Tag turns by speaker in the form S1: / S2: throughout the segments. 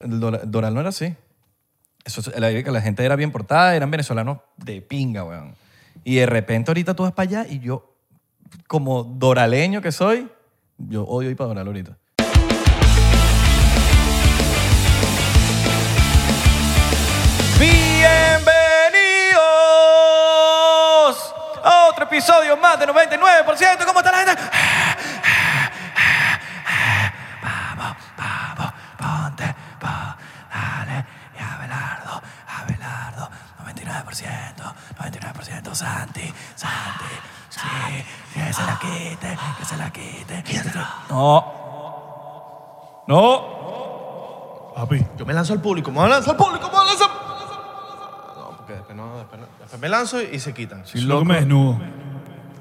S1: El Dora- Doral no era así. Eso, es- la, la gente era bien portada, eran venezolanos de pinga, weón. Y de repente ahorita tú vas para allá y yo, como doraleño que soy, yo odio ir para Doral ahorita. Bienvenidos a otro episodio más de 99%. ¿Cómo está la gente? Vamos, vamos, ponte, po- dale. Y Abelardo, Abelardo, 99%, 99% Santi, Santi, sí, que se la quite, que se la quite. No. No.
S2: Papi, yo me lanzo al público, me voy a lanzar al público, me voy a lanzar. No, porque después no, después no. Después me lanzo y se quitan.
S1: Sí,
S3: Loco me desnudo.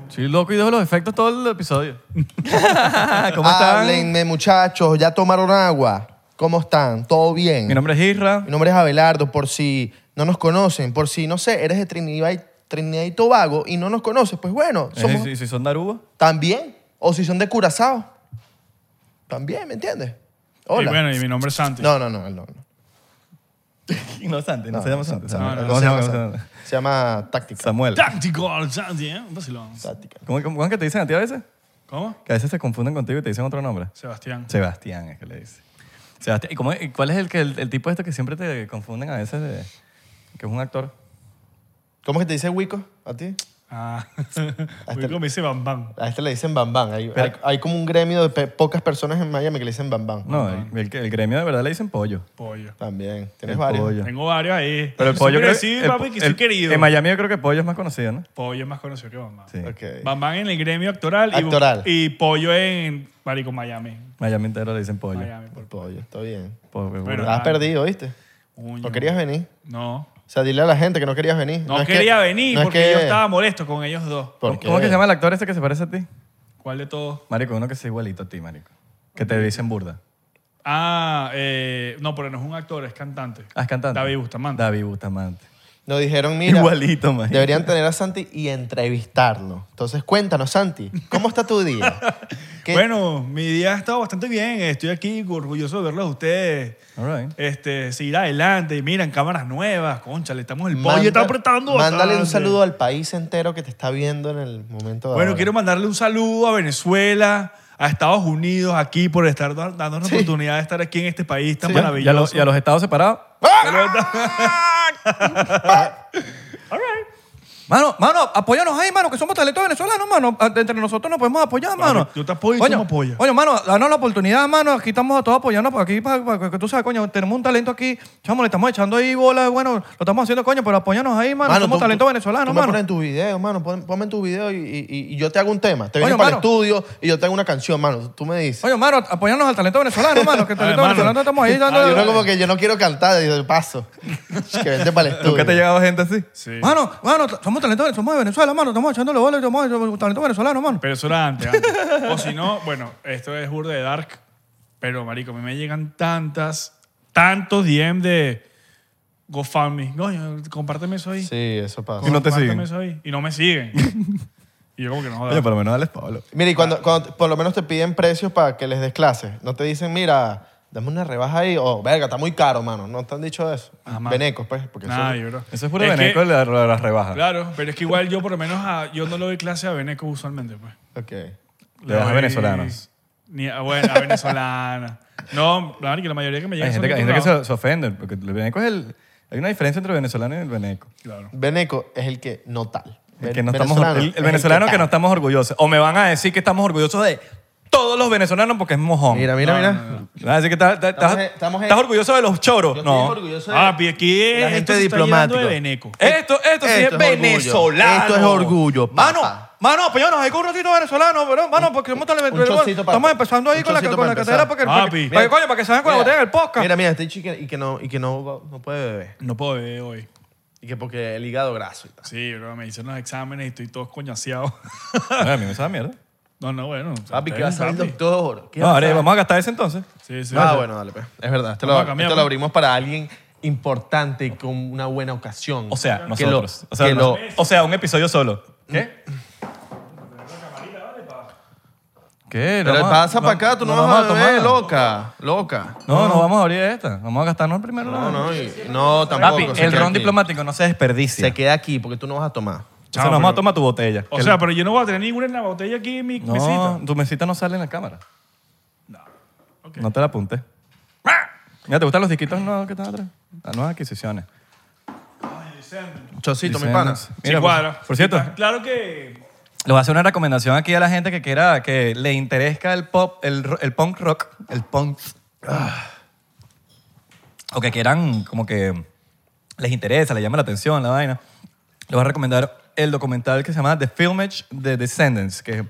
S1: Sí, loco y dejo los efectos todo el episodio. ¿Cómo están?
S2: Háblenme, muchachos, ya tomaron agua. ¿Cómo están? ¿Todo bien?
S1: Mi nombre es Isra.
S2: Mi nombre es Abelardo, por si no nos conocen, por si, no sé, eres de Trinidad y, Trinidad y Tobago y no nos conoces, pues bueno, somos
S1: Si Eh, son Daruba.
S2: también. O si son de Curazao, también, ¿me entiendes? Hola.
S3: Y bueno, y mi nombre es Santi.
S2: No, no, no, él no. no.
S1: No, Santi, no, se llama Santi.
S2: No, no,
S1: Santi.
S2: no,
S1: ¿Cómo
S2: se llama
S1: se llama?
S2: Santi. Se llama Táctica.
S1: Samuel.
S3: Tactical Santi, ¿eh? Un vacilón.
S2: Táctica.
S1: ¿Cómo, cómo, cómo es que te dicen a ti a veces?
S3: ¿Cómo?
S1: Que a veces se confunden contigo y te dicen otro nombre.
S3: Sebastián.
S1: Sebastián es que le dice. Sebastián, ¿y, cómo es- y cuál es el, que, el, el tipo este que siempre te confunden a veces de- que es un actor?
S2: ¿Cómo que te dice Wico a ti?
S3: Ah. Ubico, me dice Bam Bam.
S2: A este le dicen Bambán. Hay,
S1: Pero-
S2: hay- hay como un gremio de pe- pocas personas en Miami que le dicen Bambán.
S1: No, el, el que- el gremio de verdad le dicen pollo.
S3: Pollo.
S2: También. Tienes
S1: El
S2: varios.
S1: pollo.
S3: Tengo varios ahí.
S1: Pero el pollo
S3: creo
S1: creo-
S3: Sí,
S1: el-
S3: papi, que
S1: el-
S3: soy querido.
S1: En Miami yo creo que pollo es más conocido, ¿no?
S3: Pollo es más conocido que Bam Bam.
S1: Sí.
S2: Ok.
S3: Bam Bam en el gremio actoral. y-
S2: Actoral.
S3: Y, pollo en Marico Miami.
S1: Miami entero le dicen pollo.
S3: Miami. por-
S2: Pollo, está bien.
S1: Po-
S3: Pero-
S2: Has
S3: Ah.
S2: perdido, ¿viste?
S3: Uño.
S2: No querías venir.
S3: No.
S2: O sea, dile a la gente que no querías venir.
S3: No,
S2: es que-
S3: quería venir
S2: no es
S3: porque
S2: que-
S3: yo estaba molesto con ellos dos.
S2: ¿Por
S1: ¿Cómo, cómo es
S2: qué?
S1: que se llama el actor este que se parece a ti?
S3: ¿Cuál de todos?
S1: Marico, uno que sea igualito a ti, marico. Que te dicen burda.
S3: Ah, eh, no, pero no es un actor, es cantante.
S1: Ah, es cantante.
S3: David Bustamante.
S1: David Bustamante.
S2: Nos dijeron, mira,
S1: Igualito, man.
S2: deberían tener a Santi y entrevistarlo. Entonces, cuéntanos, Santi, ¿cómo está tu día? ¿Qué-
S3: Bueno, mi día ha estado bastante bien. Estoy aquí orgulloso de verlos a ustedes.
S1: All right.
S3: Este, seguir adelante. Miran cámaras nuevas. Concha, le estamos el pollo.
S2: manda-
S3: está apretando
S2: Mándale un
S3: bastante.
S2: saludo al país entero que te está viendo en el momento de
S3: Bueno,
S2: ahora.
S3: quiero mandarle un saludo a Venezuela, a Estados Unidos, aquí por estar da- dándonos la
S2: Sí.
S3: oportunidad de estar aquí en este país tan
S1: Sí, ya- ya los-
S3: maravilloso.
S1: Y a los estados separados.
S3: All right.
S1: Mano, mano, apóyanos ahí, mano, que somos talentos venezolanos, mano. A- Entre nosotros nos podemos apoyar, mano.
S3: yo te apoyo y tú
S1: coño,
S3: me apoyas.
S1: Coño, mano, danos la oportunidad, mano. Aquí estamos a todos apoyando por aquí, para, que tú sabes, coño, tenemos un talento aquí. Chamo, le estamos echando ahí bolas, bueno, lo estamos haciendo, coño, pero apóyanos ahí, mano. somos
S2: tú-
S1: talentos
S2: tú-
S1: venezolanos,
S2: tú me
S1: mano.
S2: pones en tus videos, mano. Pon- Ponme en tus videos y, y- y- y yo te hago un tema. Te
S1: Coño,
S2: vienes para el
S1: mano.
S2: estudio y yo te hago una canción, mano. Tú me dices.
S1: Coño, mano, apóyanos al talento venezolano, mano. Que el talento
S3: Ay, mano.
S1: venezolano estamos ahí
S2: Ah, yo no
S1: dando.
S2: como que yo no quiero cantar y de paso. que vente para el estudio.
S1: ¿Nunca te ha llegado gente así?
S3: Sí.
S1: Mano, mano, t- somos talentos venezolanos, somos de Venezuela, mano. Estamos echándole bolas, somos somos talentos venezolanos, mano.
S3: Pero eso era antes. antes. O si no, bueno, esto es Burde de Dark. Pero, marico, a mí me llegan tantas, tantos DM de GoFundMe. Coño, compárteme eso ahí.
S2: Sí, eso pasa.
S1: Y no te
S3: Compárteme
S1: siguen.
S3: eso ahí. Y no me siguen. y yo como que no jodas.
S1: Oye, por lo menos dale Pablo.
S2: Mira, y
S1: Ah.
S2: cuando, cuando por lo menos te piden precios para que les des clases, no te dicen, mira, dame una rebaja ahí, o verga, está muy caro, mano. No te han dicho eso.
S1: Ah,
S3: Jamás.
S2: Venecos, pues. Porque eso-
S3: Nadie, bro.
S1: Eso es puro
S3: que-
S1: veneco de la- de las rebajas.
S3: Claro, pero es que igual yo por lo menos a- yo no le doy clase a Veneco usualmente, pues.
S2: Ok.
S1: Le das a
S3: doy-
S1: venezolanos.
S3: Ni a, bueno, a venezolanas. No, la, verdad que la mayoría que me llega
S1: Hay gente, que- hay
S3: son de
S1: gente que
S3: otro lado.
S1: se, se ofende, porque el veneco es el... Hay una diferencia entre el venezolano y el veneco.
S3: Claro.
S2: Veneco es el que no tal.
S1: El,
S2: Ven-
S1: que no estamos, el, el
S2: es el
S1: venezolano que, no
S2: tal.
S1: estamos orgullosos. O me van a decir que estamos orgullosos de todos los venezolanos porque es mojón.
S2: Mira, mira,
S3: No,
S2: mira.
S3: no, no, no.
S1: Van a decir que estás- estás-
S2: Estamos en- estamos en-
S1: estás orgulloso de los choros.
S2: Yo estoy
S1: no.
S2: orgulloso de-
S3: Ah, pero aquí es,
S2: La gente
S3: esto se está
S2: diplomática.
S3: llenando de Veneco.
S1: Esto, esto, sí es,
S2: Esto es orgullo.
S1: venezolano.
S2: Esto es orgullo, papá.
S1: Mano, mano, pues apoyanos ahí con un rotito venezolano, pero, mano, porque somos tan
S2: Un chocito, papá.
S1: Estamos empezando ahí
S2: Un
S1: con la,
S2: chocito
S1: con la
S2: para
S1: catedral
S2: empezar.
S1: para que, para que,
S3: Papi.
S1: para que, coño, para que salgan con la
S2: Mira,
S1: botella del podcast.
S2: Mira, mira, este chico y que no, y que no, no puede beber.
S3: No puedo beber hoy.
S2: Y que porque el hígado graso y tal.
S3: Sí, bro, me hicieron los exámenes y estoy todo coñaseado.
S1: a mí me sabe mierda.
S3: No, no, bueno.
S2: Papi,
S3: ustedes,
S2: ¿qué va a saber el
S3: papi.
S2: doctor? ¿Qué
S1: No,
S2: va a
S1: ahora
S2: saber?
S1: vamos a gastar ese entonces.
S3: Sí, sí.
S2: Ah, bueno, dale, pues. Es verdad. Esto, lo,
S3: Vamos a cambiar,
S2: esto lo
S3: pues.
S2: abrimos para alguien importante y con una buena ocasión.
S1: O sea,
S2: Que
S1: nosotros.
S2: lo-
S1: o, sea,
S2: que
S1: nos-
S2: lo-
S1: o sea, un episodio solo. ¿Qué? ¿Qué?
S2: Pero
S1: Vamos a-
S2: pasa para acá, tú no, vas a
S1: tomar
S2: beber, loca, loca.
S1: No, no vamos a abrir esta. Vamos a gastarnos el primero.
S2: No, no, y- no tampoco.
S1: Papi,
S2: se
S1: el
S2: queda
S1: ron
S2: aquí.
S1: diplomático no se desperdicia.
S2: Se queda aquí porque tú no vas a tomar.
S1: O sea, nos vamos a tomar tu botella.
S3: O
S1: Que
S3: sea,
S1: el-
S3: pero yo no voy a tener ninguna en la botella aquí en mi
S1: no,
S3: mesita.
S1: tu mesita no sale en la cámara. No.
S3: ok.
S1: No te la apunté. Mira, ¿te gustan los disquitos nuevos que están atrás? Las nuevas adquisiciones.
S2: Chocito, mi
S1: Dicen-
S2: pana.
S1: Mira,
S3: Mira,
S1: por-
S3: cuadra.
S1: Por cierto,
S3: Está Claro que.
S1: Les voy a hacer una recomendación aquí a la gente que quiera, que le interesa el pop, el, ro- el punk rock, el punk. ah, O que quieran, como que les interesa, les llama la atención la vaina. Les voy a recomendar el documental que se llama The Filmage de Descendants, que es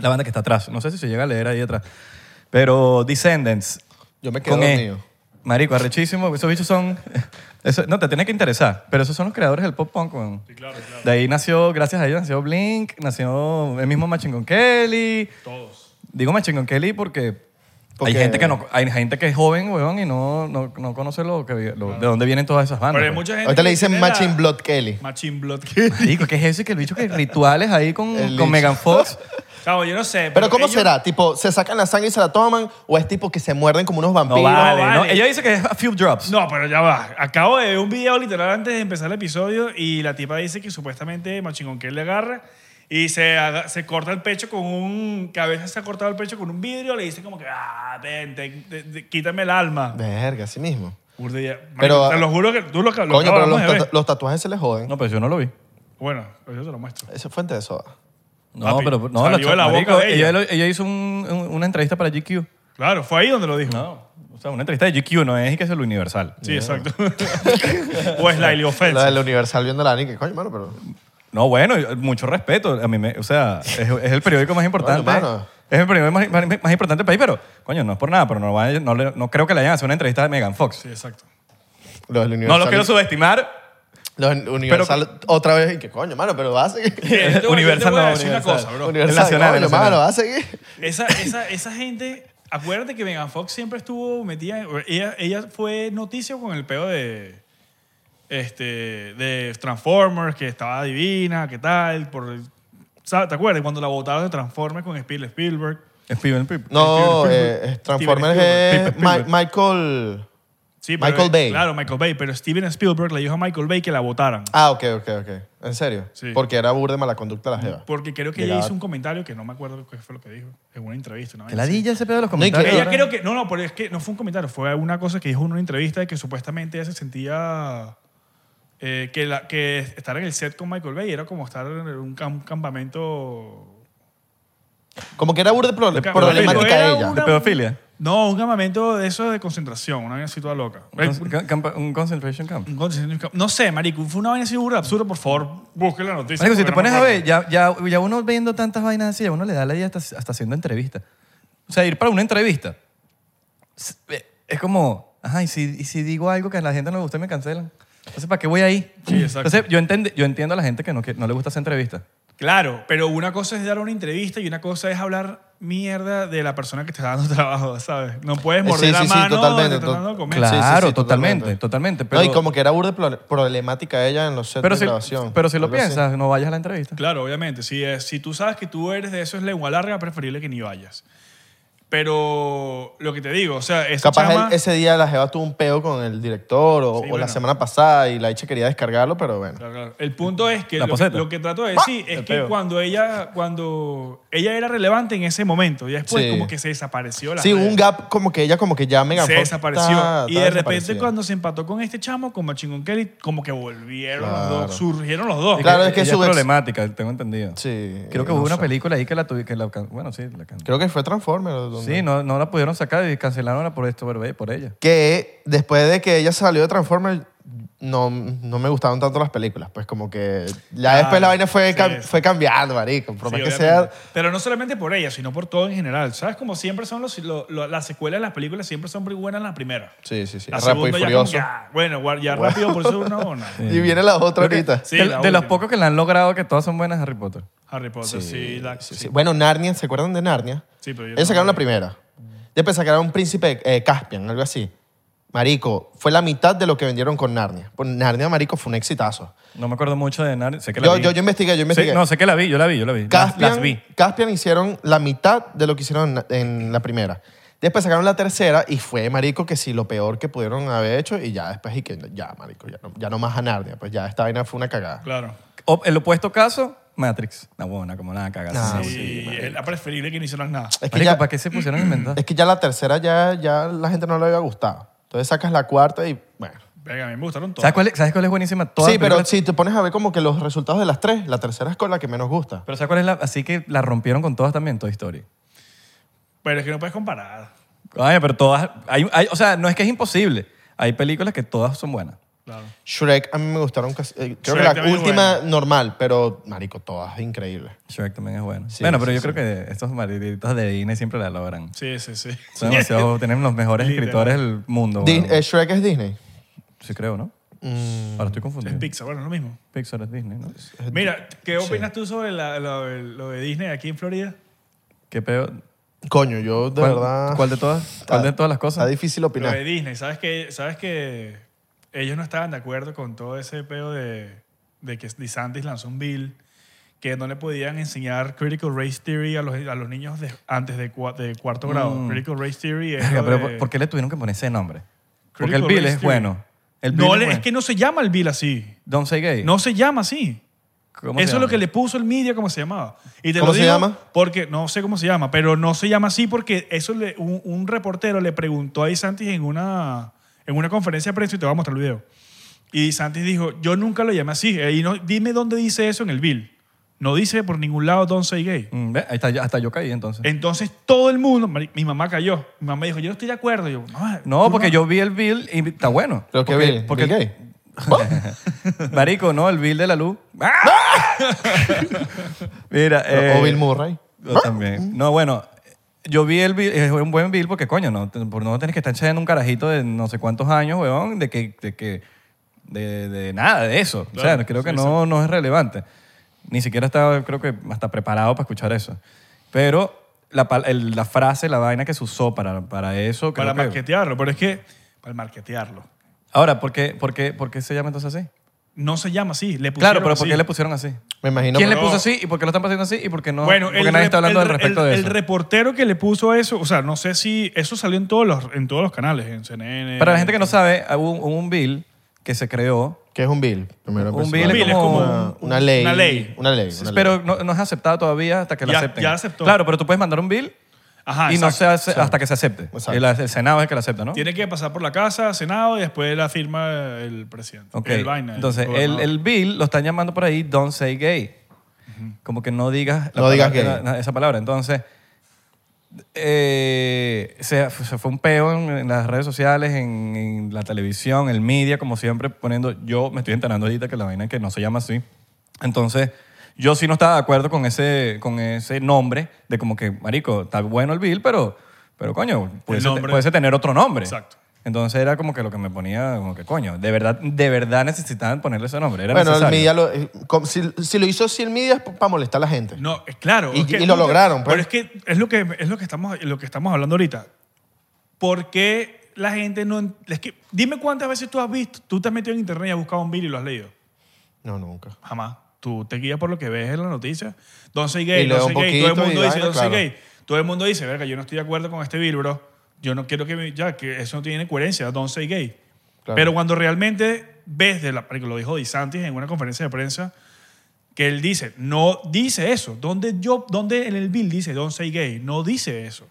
S1: la banda que está atrás. No sé si se llega a leer ahí atrás. Pero Descendants.
S2: Yo me quedo
S1: con E.
S2: dormido.
S1: Marico, arrechísimo. Esos bichos son... eso- no, te tiene que interesar. Pero esos son los creadores del pop punk, weón.
S3: Claro, claro.
S1: De ahí nació, gracias a ellos, nació Blink, nació el mismo Machine Gun Kelly.
S3: Todos.
S1: Digo Machine Gun Kelly porque,
S2: Porque-
S1: hay, gente que no, hay gente que es joven, weón, y no, no, no conoce lo que, lo- de dónde vienen todas esas bandas.
S3: Pero hay
S1: pues.
S3: mucha gente.
S2: Ahorita le
S3: que
S2: dicen
S3: tiene la-
S2: Matching Blood Kelly.
S3: Machine Blood.
S1: Marico, ¿qué es eso? Y que el bicho que rituales ahí con,
S2: El
S1: con
S2: bicho.
S1: Megan Fox.
S3: Cabo, yo no sé.
S2: Pero ¿cómo
S3: ellos-
S2: será? Tipo, ¿se sacan la sangre y se la toman? ¿O es tipo que se muerden como unos
S1: No
S2: vampiros?
S1: vale,
S3: vale.
S1: ¿no? Ella dice que es a few drops.
S3: No, pero ya va. Acabo de ver un video literal antes de empezar el episodio y la tipa dice que supuestamente Machingón que le agarra y se, aga- se corta el pecho con un. Que a veces se ha cortado el pecho con un vidrio. Le dice como que, ah, ven, te- te- te- quítame el alma.
S2: Verga, así mismo.
S3: Burda idea. Marico,
S2: Pero,
S3: te lo juro que tú lo, lo
S2: Coño, pero
S3: acabamos
S2: los,
S3: de ver.
S2: tatu- los tatuajes se les joden.
S1: No, pero yo no lo vi.
S3: Bueno, pues yo te lo muestro.
S2: Esa es fuente de soda.
S1: No,
S3: Papi,
S1: pero no,
S3: salió
S1: los-
S3: de la boca
S1: marico,
S3: de ella.
S1: lo- ella hizo un- un- una entrevista para GQ.
S3: Claro, fue ahí donde lo dijo.
S1: No, o sea, una entrevista de GQ no es que es lo universal.
S3: Sí, exacto. o es la
S2: La
S3: Iliofensa.
S2: del Universal viendo la que coño, mano, pero...
S1: No, bueno, yo- mucho respeto. A mí me- o sea, es, es el periódico más importante.
S2: Coño, mano.
S1: es el periódico más, más- más importante del país, pero, coño, no es por nada, pero no, vaya- no, le- no creo que le hayan hecho una entrevista de Megan Fox.
S3: Sí, exacto.
S2: Los del
S1: no
S2: Universal...
S1: lo quiero subestimar.
S2: Los del Universal otra vez, y que coño, mano, pero va a seguir.
S3: Yo te voy-
S1: Universal
S3: yo te voy a
S1: no,
S3: decir una
S1: Universal.
S3: cosa, bro.
S2: Universal,
S1: nacional,
S2: coño,
S1: el nacional.
S2: mano, va a seguir.
S3: Esa, esa, esa gente, acuérdate que Megan Fox siempre estuvo metida, en- ella, ella fue noticia con el peo de, este, de Transformers, que estaba divina, que tal, por, el- ¿sabes? ¿te acuerdas? Cuando la votaron de Transformers con Spiel- Spielberg.
S1: Steven Pip.
S2: No,
S3: Steven
S2: eh,
S3: Spielberg.
S2: es Transformers es
S3: Steven
S1: Spielberg.
S2: Mi- Michael...
S3: Sí, pero-
S2: Michael Bay.
S3: Claro, Michael Bay, pero Steven Spielberg le dijo a Michael Bay que la votaran.
S2: Ah, ok, ok, ok. ¿En serio?
S3: Sí.
S2: Porque era burde mala conducta la jeva.
S3: Porque creo que
S2: Llegaba-
S3: ella hizo un comentario que no me acuerdo qué fue lo que dijo, en una entrevista. Una
S1: ¿Te
S3: vez.
S1: la ese pedo de los
S2: y que-
S1: comentarios?
S3: Ella
S1: ahora?
S3: creo que. No, no, pero es que no fue un comentario, fue una cosa que dijo en una entrevista de que supuestamente ella se sentía. eh, que, la- que estar en el set con Michael Bay era como estar en un cam- campamento.
S2: Como que era burde pro-
S3: De-
S2: problemática
S3: Pero era
S2: ella.
S1: ¿De
S3: una-
S1: pedofilia?
S3: No, un campamento de eso de concentración, una vaina así toda loca. Eh,
S1: Un con- campa- Un concentration camp.
S3: un concentración camp- No sé, marico, fue una vaina así burda, absurda, por favor, busque la noticia.
S1: Marico, si te
S3: porque
S1: pones
S3: no me
S1: a
S3: acuerdo.
S1: ver, ya, ya, ya uno viendo tantas vainas así, ya uno le da la idea hasta, hasta haciendo entrevistas. O sea, ir para una entrevista es- es como, ajá, y si, y si digo algo que a la gente no le gusta y me cancelan. Entonces, ¿para qué voy ahí?
S3: Sí, exacto.
S1: Entonces, yo, entend- yo entiendo a la gente que no, que no le gusta hacer entrevistas.
S3: Claro, pero una cosa es dar una entrevista y una cosa es hablar mierda de la persona que te está dando trabajo, ¿sabes? No puedes
S2: Eh,
S3: morder
S2: sí,
S3: la
S2: sí, sí,
S3: mano
S2: totalmente,
S3: de tratando de
S2: to-
S3: comer.
S1: Claro,
S2: Sí, sí, sí,
S1: totalmente,
S2: totalmente.
S1: totalmente. pero,
S2: no, y como que era burde pro- problemática ella en los sets
S1: pero,
S2: de
S1: si,
S2: grabación.
S1: pero si lo
S2: Algo así.
S1: piensas, no vayas a la entrevista.
S3: Claro, obviamente. Si, es- si tú sabes que tú eres de eso es lengua larga, preferible que ni vayas. Pero lo que te digo, o sea, esa
S2: Capaz
S3: chama-
S2: él- ese día la jeva tuvo un peo con el director o,
S3: Sí,
S2: o
S3: bueno.
S2: la semana pasada y la hecha quería descargarlo, pero bueno.
S3: Claro, claro. El punto es que
S1: La
S3: lo, que
S1: poseta.
S3: lo que trato de
S2: Ah,
S3: decir es
S1: El
S3: que
S1: peo.
S3: cuando ella, cuando ella era relevante en ese momento, y después
S2: Sí.
S3: como que se desapareció la
S2: Sí, hubo un gap como que ella como que ya me
S3: Se desapareció. y de repente cuando se empató con este chamo, con Machingón Kelly, como que volvieron los
S2: Claro.
S3: dos, surgieron los dos.
S1: Y
S2: Claro, es que
S1: ella
S2: su ex-
S1: problemática, tengo entendido.
S2: Sí,
S1: Creo que
S2: no
S1: hubo una
S2: sé.
S1: película ahí que la tuve, que la, can- bueno, sí, la can-
S2: Creo que fue Transformers. donde-
S1: Sí, no, no la pudieron sacar y cancelaron la por esto, por- por ella.
S2: Que después de que ella salió de Transformers, no, no me gustaron tanto las películas. Pues como que ya
S3: Claro,
S2: después la vaina fue,
S3: sí,
S2: cam-
S3: sí.
S2: fue cambiando, marico. Por
S3: Sí,
S2: más que sea...
S3: obviamente. Pero no solamente por ella, sino por todo en general. ¿Sabes? Como siempre son los, lo- lo- las secuelas de las películas, siempre son muy buenas las primeras.
S2: Sí, sí, sí.
S3: La
S2: Rápido y
S3: segunda ya como
S2: furioso.
S3: que, ah, bueno, guar- ya rápido, por eso una una.
S2: Y viene la otra ahorita.
S3: Sí,
S1: de
S3: la
S1: de los
S3: última.
S1: pocos que la han logrado, que todas son buenas Harry Potter.
S3: Harry Potter, sí. la-
S2: Sí,
S3: sí.
S2: sí. Bueno, Narnia, ¿se acuerdan de Narnia?
S3: Sí, pero yo
S2: Ellos
S3: no
S2: sacaron
S3: la
S2: la primera. Después sacaron un príncipe eh, Caspian, algo así. Marico, fue la mitad de lo que vendieron con Narnia. Pues Narnia, Marico, fue un exitazo.
S1: No me acuerdo mucho de Narnia. Sé que la
S2: Yo,
S1: vi.
S2: yo, yo investigué, yo
S1: Sí,
S2: investigué.
S1: no, sé que la vi, yo la vi, yo la vi. Las-
S2: Caspian,
S1: Las vi.
S2: Caspian hicieron la mitad de lo que hicieron en, en la primera. Después sacaron la tercera y fue, marico, que sí, lo peor que pudieron haber hecho y ya después y que ya, marico, ya no, ya no más a Narnia. Pues ya esta vaina fue una cagada.
S3: Claro.
S1: O- el opuesto caso, Matrix. La buena, como nada, cagas.
S2: Ah,
S3: sí,
S2: sí, marico.
S3: es la preferible que no hicieran nada.
S2: Es que,
S1: Marico,
S2: ya,
S1: ¿para qué se pusieron a inventar?
S2: es que ya la tercera ya, ya la gente no le había gustado. Entonces sacas la cuarta y, bueno.
S3: Venga, a mí me gustaron todas.
S1: ¿Sabes cuál, es- ¿Sabes cuál es buenísima? Todas
S2: sí,
S1: las
S2: pero
S1: películas-
S2: si te pones a ver como que los resultados de las tres, la tercera es con la que menos gusta.
S1: Pero ¿sabes cuál es la...? Así que la rompieron con todas también, Toy Story.
S3: Pero es que no puedes comparar.
S1: Ay, pero todas... hay- hay- o sea, no es que es imposible. Hay películas que todas son buenas.
S3: Claro.
S2: Shrek a mí me gustaron casi- eh, creo
S3: Shrek
S2: que la
S3: también es
S2: última
S3: buena.
S2: normal, pero, marico, todas increíbles.
S1: Shrek también es buena.
S2: Sí,
S1: bueno, pero
S2: sí,
S1: yo creo que estos mariditos de Disney siempre la logran.
S3: Sí, sí, sí.
S1: Son demasiado... tienen los mejores
S3: Literal.
S1: escritores del mundo.
S2: Dis-
S1: weón.
S2: eh, Shrek es Disney.
S1: Sí creo, ¿no?
S2: Mm.
S1: Ahora estoy
S3: Es
S1: confundido.
S3: Pixar, bueno, es lo mismo.
S1: Pixar es Disney, ¿no?
S3: Mira, ¿qué opinas tú sobre la- lo, lo de Disney aquí en Florida?
S1: ¿Qué peor?
S2: Coño, yo de
S1: ¿Cuál,
S2: verdad.
S1: ¿Cuál de todas? ¿Cuál de todas las
S2: Está
S1: cosas? eh,
S2: difícil
S3: Lo de
S2: opinar.
S3: Disney, ¿sabes que, ¿sabes que ellos no estaban de acuerdo con todo ese peo de, de que DeSantis lanzó un bill que no le podían enseñar Critical Race Theory a los, a los niños de- antes de, cua- de cuarto grado.
S1: Mm.
S3: Critical Race Theory es...
S1: Verga,
S3: lo
S1: pero
S3: de-
S1: ¿por- ¿por qué le tuvieron que poner ese nombre? Porque
S3: Critical
S1: el Bill
S3: Race
S1: es
S3: Theory.
S1: bueno. El Bill
S3: no,
S1: es,
S3: le- es
S1: bueno.
S3: que no se llama el bill así.
S1: Don't say gay.
S3: No se llama así.
S1: ¿Cómo se
S3: Eso es lo
S1: llama?
S3: que le puso el media, como se llamaba. Y te
S2: ¿Cómo
S3: lo
S2: se
S3: digo
S2: llama?
S3: Porque no sé cómo se llama, pero no se llama así porque eso le- un, un reportero le preguntó a Santis en una, en una conferencia de prensa y te voy a mostrar el video. Y Santis dijo, yo nunca lo llamé así. Eh, Y no, dime dónde dice eso en el bill. No dice por ningún lado don't say gay.
S1: Mm, ve, ahí está, ya- hasta yo caí entonces.
S3: Entonces todo el mundo, mari- mi mamá cayó. Mi mamá dijo, yo no estoy de acuerdo. Y yo, "Mamá,
S1: no,
S3: tú
S1: porque yo vi el Bill y está bueno.
S2: Creo que
S1: porque,
S2: Bill.
S1: porque-
S2: Bill gay.
S1: Marico, no, el Bill de la luz. Mira,
S2: O
S1: eh,
S2: Bill Murray.
S1: Yo también. No, bueno, yo vi el bill, es un buen bill porque, coño, no, te- por no tienes que estar echando un carajito de no sé cuántos años, weón, de que, de que, de, de nada, de eso. o sea,
S3: Claro,
S1: creo que
S3: sí,
S1: no, no es relevante. Ni siquiera estaba, creo que hasta preparado para escuchar eso. Pero la, pal- el- la frase, la vaina que se usó para, para eso, creo
S3: Para
S1: que-
S3: marketearlo, pero es que, para marketearlo.
S1: Ahora, ¿por qué, por, qué, ¿por qué se llama entonces así?
S3: No se llama así. Le pusieron
S1: Claro, pero ¿por
S3: así.
S1: qué le pusieron así?
S2: Me imagino.
S1: ¿Quién
S2: que-
S1: le puso así y por qué lo están pasando así y por qué no?
S3: bueno,
S1: porque nadie
S3: rep-
S1: está hablando
S3: el-
S1: al respecto
S3: el-
S1: de
S3: el
S1: eso.
S3: reportero que le puso eso, o sea, no sé si eso salió en todos los, en todos los canales, en CNN.
S1: Para la gente que no sabe, hubo un, hubo un bill que se creó,
S2: ¿Qué es un bill? Primero
S1: Un
S2: empezó-
S1: bill es
S3: Bill es
S1: como-
S3: como
S2: una,
S3: un-
S2: una ley.
S3: Una ley.
S2: Una ley. una ley.
S1: pero no, no es aceptado todavía hasta que lo
S3: Ya-
S1: acepten.
S3: ya aceptó.
S1: Claro, pero tú puedes mandar un bill
S3: Ajá,
S1: y no
S3: exacto.
S1: se hace hasta que se acepte.
S2: Exacto.
S1: El, el Senado es el que lo acepta, ¿no?
S3: Tiene que pasar por la casa, Senado, y después la firma el presidente.
S1: Ok.
S3: El vaina. el
S1: Entonces, el,
S3: gobernador.
S1: el bill lo están llamando por ahí Don't Say Gay. Como que no digas, la
S2: No digas
S1: palabra-
S2: gay.
S1: la- esa palabra. Entonces, eh, se, se fue un peo en, en las redes sociales, en, en la televisión, el media, como siempre, poniendo. Yo me estoy enterando ahorita que la vaina que no se llama así. Entonces, yo sí no estaba de acuerdo con ese, con ese nombre de como que, marico, está bueno el bill, pero, pero coño, pudiese,
S3: nombre.
S1: pudiese tener otro nombre.
S3: Exacto.
S1: Entonces era como que lo que me ponía, como que coño, de verdad, de verdad necesitaban ponerle ese nombre. Era
S2: bueno, el
S1: necesario.
S2: media lo- eh, com- si, si lo hizo 100 medias para molestar a la gente.
S3: No, es claro.
S2: Y-
S3: es que-
S2: y lo lograron, pues.
S3: Pero es que es lo que, es lo que, estamos, lo que estamos hablando ahorita. ¿Por qué la gente no... en- Es que, dime cuántas veces tú has visto, tú te has metido en internet y has buscado un bill y lo has leído.
S2: No, nunca.
S3: Jamás. Tú te guías por lo que ves en la noticia. Don't say gay,
S2: Y
S3: don't
S2: luego
S3: say
S2: un
S3: gay. Todo el
S2: poquito y
S3: mundo dice
S2: vaina,
S3: don't say
S2: claro.
S3: gay. Todo el mundo dice, verga, yo no estoy de acuerdo con este bill, bro. Yo no quiero que... me- ya, que eso no tiene coherencia. Don't say gay.
S2: Claro.
S3: Pero cuando realmente ves, de la, porque lo dijo DeSantis en una conferencia de prensa, que él dice, no dice eso. ¿Dónde, yo, dónde en el bill dice don't say gay? No dice eso.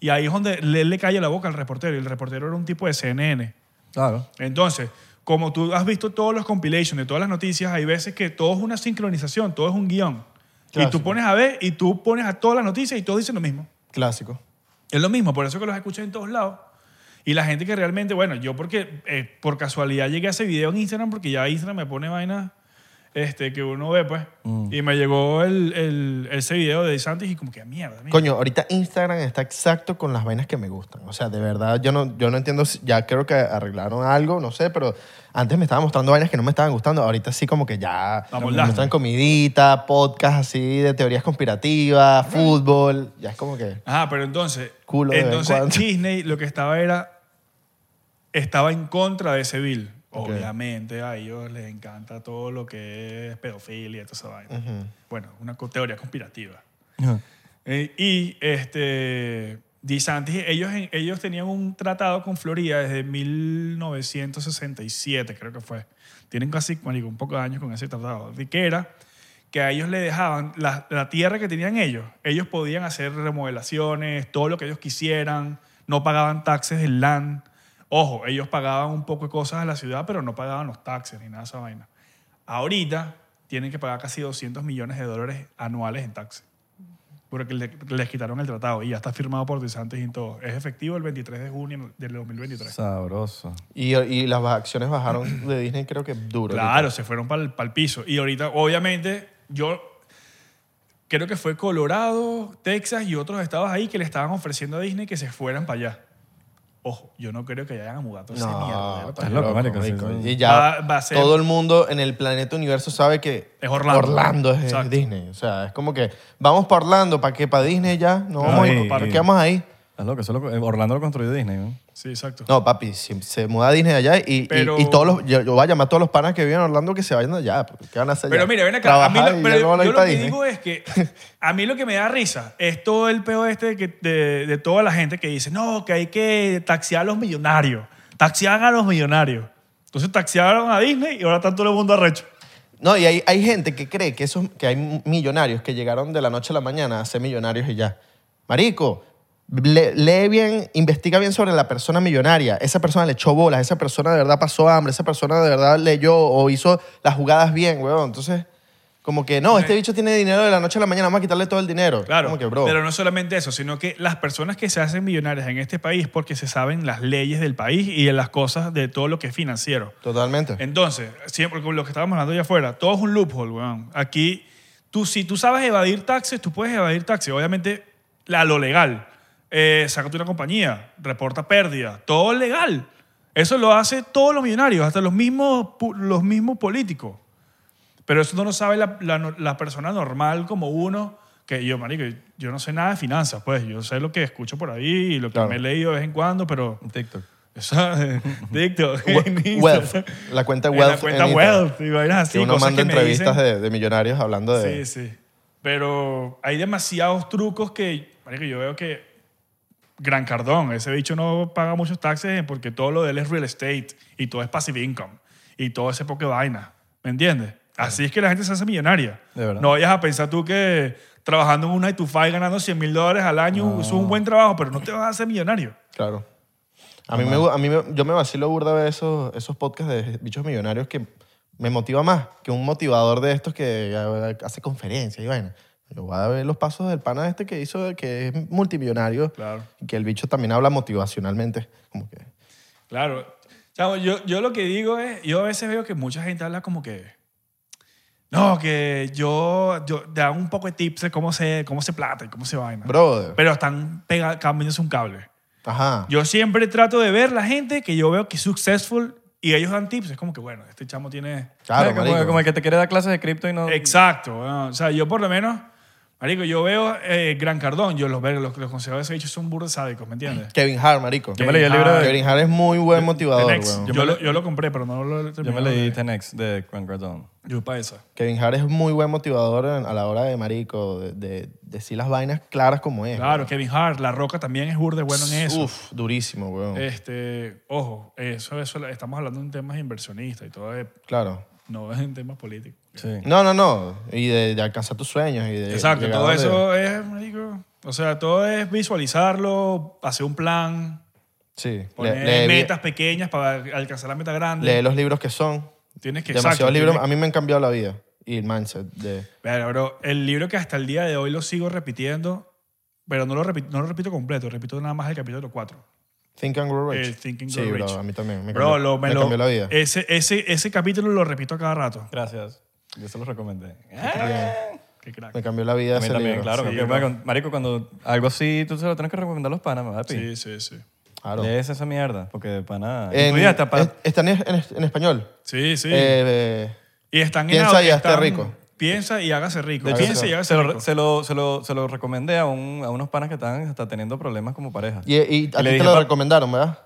S3: Y ahí es donde le, le calla la boca al reportero. Y el reportero era un tipo de CNN.
S1: Claro.
S3: Entonces, como tú has visto todos los compilations de todas las noticias, hay veces que todo es una sincronización, todo es un guión.
S2: Claro,
S3: y tú
S2: sí.
S3: pones a ver y tú pones a todas las noticias y todos dicen lo mismo.
S2: Clásico.
S3: Es lo mismo, por eso que los escuchas en todos lados. Y la gente que realmente, bueno, yo porque eh, por casualidad llegué a ese video en Instagram porque ya Instagram me pone vainas este, que uno ve, pues. Y me llegó el, el- ese video de Santis y como que "Ah, mierda. mierda".
S2: Coño, ahorita Instagram está exacto con las vainas que me gustan. O sea, de verdad, yo no, yo no entiendo. si- Ya creo que arreglaron algo, no sé, pero antes me estaba mostrando vainas que no me estaban gustando. Ahorita sí, como que ya
S3: La
S2: me
S3: moldaste.
S2: muestran comidita, podcast así de teorías conspirativas, fútbol. Ya es como que.
S3: Ajá, pero entonces,
S2: Culo de vez en
S3: entonces
S2: cuando.
S3: Disney lo que estaba era estaba en contra de ese bill. Obviamente a ellos les encanta todo lo que es pedofilia y toda esa vaina. Bueno, una co- teoría conspirativa. Eh, y este, DeSantis, ellos, en- ellos tenían un tratado con Florida desde 1967, creo que fue. Tienen casi marico, un poco de años con ese tratado. De que era que a ellos le dejaban la, la tierra que tenían ellos. Ellos podían hacer remodelaciones, todo lo que ellos quisieran. No pagaban taxes del land. Ojo, ellos pagaban un poco de cosas a la ciudad, pero no pagaban los taxes ni nada de esa vaina. Ahorita tienen que pagar casi 200 millones de dólares anuales en taxes porque le- les quitaron el tratado y ya está firmado por DeSantis y todo. Es efectivo el 23 de junio del 2023.
S1: Sabroso.
S2: Y, y las acciones bajaron de Disney creo que duro.
S3: Claro, se fueron para el, piso. Y ahorita, obviamente, yo creo que fue Colorado, Texas y otros estados ahí que le estaban ofreciendo a Disney que se fueran para allá. Ojo, yo no creo que hayan a mudar toda esa mierda.
S2: No,
S1: Estás loco, marico, sí, sí.
S2: Y ya
S3: Va- va a ser-
S2: todo el mundo en el planeta universo sabe que
S3: Es Orlando.
S2: es, es
S3: Exacto.
S2: Disney. O sea, es como que vamos para Orlando, ¿para qué? ¿Para Disney ya? No, vamos
S1: Ay,
S2: a- ¿para
S1: y-
S2: qué vamos ahí?
S1: Estás loco. Eso lo- Orlando lo construyó Disney, ¿no?
S3: Sí, exacto.
S2: No, papi, si se muda a Disney allá y- y,
S3: Pero-
S2: y todos los, yo, yo voy a llamar a todos los panas que viven en Orlando que se vayan allá. porque ¿Qué van a hacer
S3: Pero
S2: allá?
S3: mira, ven acá. A mí
S2: Trabajar
S3: lo-
S2: y
S3: pero
S2: ya no van a ir
S3: yo lo
S2: pa'
S3: que
S2: Disney.
S3: digo es que a mí lo que me da risa es todo el peo este de, que- de- de toda la gente que dice, no, que hay que taxiar a los millonarios. Taxian a los millonarios. Entonces taxiaron a Disney y ahora está todo el mundo arrecho.
S2: No, y hay, hay gente que cree que, esos, que hay millonarios que llegaron de la noche a la mañana a ser millonarios y ya. Marico, le- lee bien, investiga bien sobre la persona millonaria. Esa persona le echó bolas, esa persona de verdad pasó hambre, esa persona de verdad leyó o hizo las jugadas bien, weón. Entonces, como que no, este bicho tiene dinero de la noche a la mañana, vamos a quitarle todo el dinero.
S3: Claro.
S2: Como que, bro.
S3: Pero no solamente eso, sino que las personas que se hacen millonarias en este país porque se saben las leyes del país y de las cosas de todo lo que es financiero.
S2: Totalmente.
S3: Entonces, siempre con lo que estábamos hablando allá afuera, todo es un loophole, weón. Aquí, tú, si tú sabes evadir taxes, tú puedes evadir taxes. Obviamente, la, lo legal. Eh, sácate una compañía, reporta pérdida, todo es legal. Eso lo hace todos los millonarios, hasta los mismos, pu- los mismos políticos. Pero eso no lo sabe la, la no- la persona normal como uno, que yo, marico, yo no sé nada de finanzas, pues yo sé lo que escucho por ahí y lo que
S2: Claro.
S3: me he leído de vez en cuando, pero...
S1: En TikTok.
S3: Eso, TikTok,
S2: We-
S3: en Instagram.
S2: Wealth, la cuenta
S3: En
S2: Wealth.
S3: la cuenta
S2: en Instagram,
S3: Wealth, y vainas así,
S2: que uno
S3: cosas
S2: manda
S3: que me
S2: entrevistas
S3: dicen.
S2: de, de millonarios hablando de...
S3: Sí, sí. Pero hay demasiados trucos que, marico, yo veo que Gran Cardón, ese bicho no paga muchos taxes porque todo lo de él es real estate y todo es passive income y todo ese poco de vaina, ¿me entiendes? Así es que la gente se hace millonaria.
S1: De verdad.
S3: No vayas a pensar tú que trabajando en una y tu five ganando 100 mil dólares al año eso es un buen trabajo, pero no te vas a hacer millonario.
S2: Claro. A mí, me, gu- a mí me- yo me vacilo burda ver esos, esos podcasts de bichos millonarios que me motiva más que un motivador de estos que eh, hace conferencias y vaina. Yo voy a ver los pasos del pana este que hizo, que es multimillonario,
S3: Claro.
S2: y que el bicho también habla motivacionalmente. Como que,
S3: Claro. Chamo, yo, yo lo que digo es, yo a veces veo que mucha gente habla como que, no, que yo, yo te hago un poco de tips de cómo se, cómo se plata y cómo se vaina.
S2: brother.
S3: Pero están pega- cambiándose un cable.
S2: Ajá.
S3: Yo siempre trato de ver la gente que yo veo que es successful y ellos dan tips. Es como que, bueno, este chamo tiene...
S2: claro,
S1: Mira, como-
S2: marico.
S1: Como el que te quiere dar clases de cripto y no...
S3: Exacto. bueno, o sea, yo por lo menos, marico, yo veo eh, Gran Cardón, yo los veo, los, los consejos de ese bicho son burros sádicos, ¿me entiendes?
S2: Kevin Hart, marico.
S1: Yo me leí el libro de-
S2: Kevin Hart es muy buen motivador,
S3: The Next.
S2: weón.
S3: yo, lo, yo lo compré, pero no lo he
S1: Yo me
S3: terminado de
S1: leí
S3: leer.
S1: Tenex de Grant Cardone.
S3: Yo para esa.
S2: Kevin Hart es muy buen motivador en- a la hora de, marico, de, de decir las vainas claras como es.
S3: Claro, Kevin Hart, La Roca también es burde bueno en eso.
S2: Uf, durísimo, weón.
S3: Este, ojo, eso, eso, estamos hablando en temas inversionistas y todo, eh,
S2: Claro.
S3: no es en temas políticos.
S1: Sí.
S2: No, no, no. Y de, de alcanzar tus sueños. Y de
S3: Exacto,
S2: llegar
S3: todo
S2: donde-
S3: eso es, marico, o sea, todo es visualizarlo, hacer un plan,
S2: Sí. Le-
S3: poner
S2: lee, bien-
S3: metas pequeñas para alcanzar la meta grande.
S2: lee los libros que son.
S3: Tienes que
S2: Demasiados
S3: exacto,
S2: libros.
S3: tienes-
S2: A mí me han cambiado la vida. Y el mindset de...
S3: Pero, bro, el libro que hasta el día de hoy lo sigo repitiendo, pero no lo repito, no lo repito completo, repito nada más el capítulo 4.
S2: Think and Grow Rich.
S3: El Eh, Think and
S2: sí,
S3: Grow
S2: bro,
S3: Rich.
S2: a mí también. Me
S3: Bro,
S2: cambió,
S3: lo, me
S2: me
S3: lo- eh,
S2: cambió la vida.
S3: Ese, ese, ese capítulo lo repito a cada rato.
S1: Gracias. Yo se los recomendé.
S3: Qué crack.
S2: Me cambió la vida
S1: A mí
S2: ese
S1: también,
S2: libro.
S1: claro.
S3: Sí,
S1: que-
S3: claro.
S1: Marico, cuando algo así, tú se lo tienes que recomendar a los panas, ¿verdad, Pi?
S3: Sí, sí, sí.
S2: Claro.
S1: Lees esa mierda, porque de pana...
S2: En-
S1: Incluye hasta para-
S2: es- ¿Están en, en- en español?
S3: Sí, sí.
S2: Eh, eh,
S3: y están en
S2: piensa
S3: audio,
S2: y hazte
S3: están-
S2: rico.
S3: Piensa y hágase rico.
S1: De hecho,
S3: piensa y
S1: se,
S3: hágase
S1: lo,
S3: rico.
S1: se lo- se lo- se lo recomendé a, un- a unos panas que estaban hasta teniendo problemas como pareja.
S2: y, y a
S1: le
S2: ti
S1: dije,
S2: te lo
S1: "Pa-
S2: recomendaron, ¿verdad?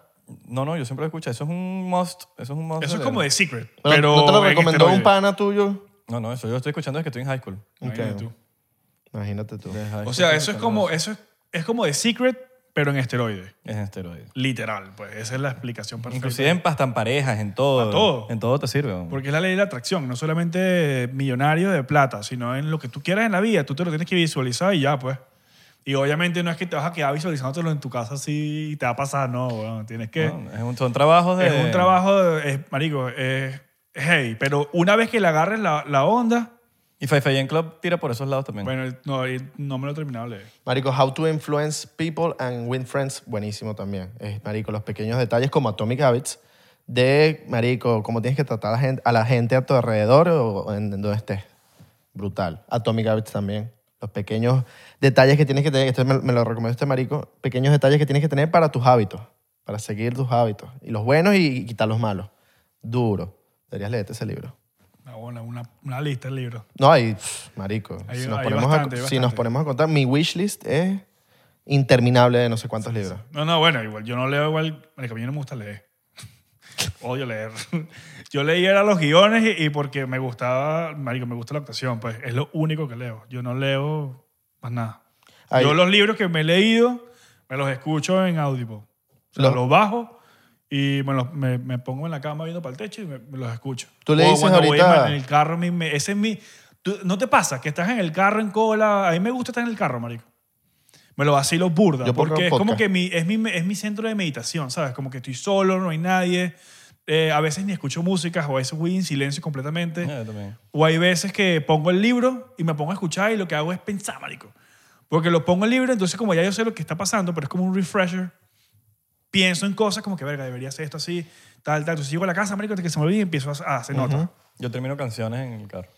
S1: No, no, yo siempre lo escucho. Eso es un must. Eso es un must.
S3: Eso es
S1: de-
S3: como de Secret.
S2: Pero,
S3: Pero
S2: ¿No te lo
S3: en
S2: recomendó un
S3: esteroides.
S2: pana tuyo?
S1: No, no, eso yo lo estoy escuchando desde que estoy en high school.
S3: Imagínate
S2: Ok.
S3: tú.
S2: Imagínate tú.
S1: Desde high
S3: O
S1: school
S3: sea,
S1: estoy
S3: eso es
S1: escuchando
S3: como, eso es, es como de Secret, pero en esteroides.
S1: Es en esteroide.
S3: Literal, pues esa es la explicación perfecta.
S1: Inclusive en pasta, en parejas, en todo.
S3: A todo.
S1: En todo te sirve. weón.
S3: Porque es la ley de la atracción, no solamente millonario de plata, sino en lo que tú quieras en la vida, tú te lo tienes que visualizar y ya, pues. Y obviamente no es que te vas a quedar visualizándotelo en tu casa así y te va a pasar, no, weón. Tienes que...
S1: No, es un, son trabajos de...
S3: Es un trabajo, es, marico, es, es heavy. Pero una vez que le agarres la, la onda,
S1: Y Faifayen Club tira por esos lados también.
S3: bueno, no, y no me lo he terminado de leer.
S2: Marico, How to Influence People and Win Friends, buenísimo también. Es, marico, los pequeños detalles como Atomic Habits de, marico, cómo tienes que tratar a, la gente, a la gente a tu alrededor o o en, en donde estés. Brutal. Atomic Habits también. Los pequeños detalles que tienes que tener, esto me, me lo recomendó este marico, pequeños detalles que tienes que tener para tus hábitos, para seguir tus hábitos. Y los buenos y, y quitar los malos. Duro. Deberías leerte ese libro.
S3: Una, bola, una, una lista de libros.
S2: No, hay, pff, marico.
S3: Hay-
S2: si, nos
S3: hay
S2: ponemos
S3: bastante, hay
S2: a, si nos
S3: bastante.
S2: ponemos a contar, mi wishlist es interminable de no sé cuántos libros.
S3: No, no, bueno, igual, yo no leo igual, marico, a mí no me gusta leer. Odio leer. Yo leía era los guiones y, y porque me gustaba, marico, me gusta la actuación, pues es lo único que leo. Yo no leo más nada.
S2: Ay.
S3: Yo los libros que me he leído, me los escucho en Audible. O sea,
S2: Los-
S3: los bajo y me, los- me- me pongo en la cama viendo para el techo y me, me los escucho.
S2: Tú le
S3: O
S2: dices
S3: cuando voy
S2: ahorita-
S3: en el carro, mi- me- ese es mi... tú- ¿No te pasa que estás en el carro en cola? A mí me gusta estar en el carro, marico. Me lo vacilo burda.
S2: Yo pongo
S3: porque es como
S2: podcast.
S3: que mi, es, mi, es mi centro de meditación, ¿sabes? Como que estoy solo, no hay nadie. Eh, a veces ni escucho músicas, o a veces voy en silencio completamente.
S1: Ya, yo Eh, también.
S3: O hay veces que pongo el libro y me pongo a escuchar y lo que hago es pensar, marico. Porque lo pongo el libro, entonces como ya yo sé lo que está pasando, pero es como un refresher, pienso en cosas como que, verga, debería hacer esto así, tal, tal. Entonces llego a la casa, marico, hasta que se me olvide y empiezo a a hacer notas.
S1: Yo termino canciones en el carro.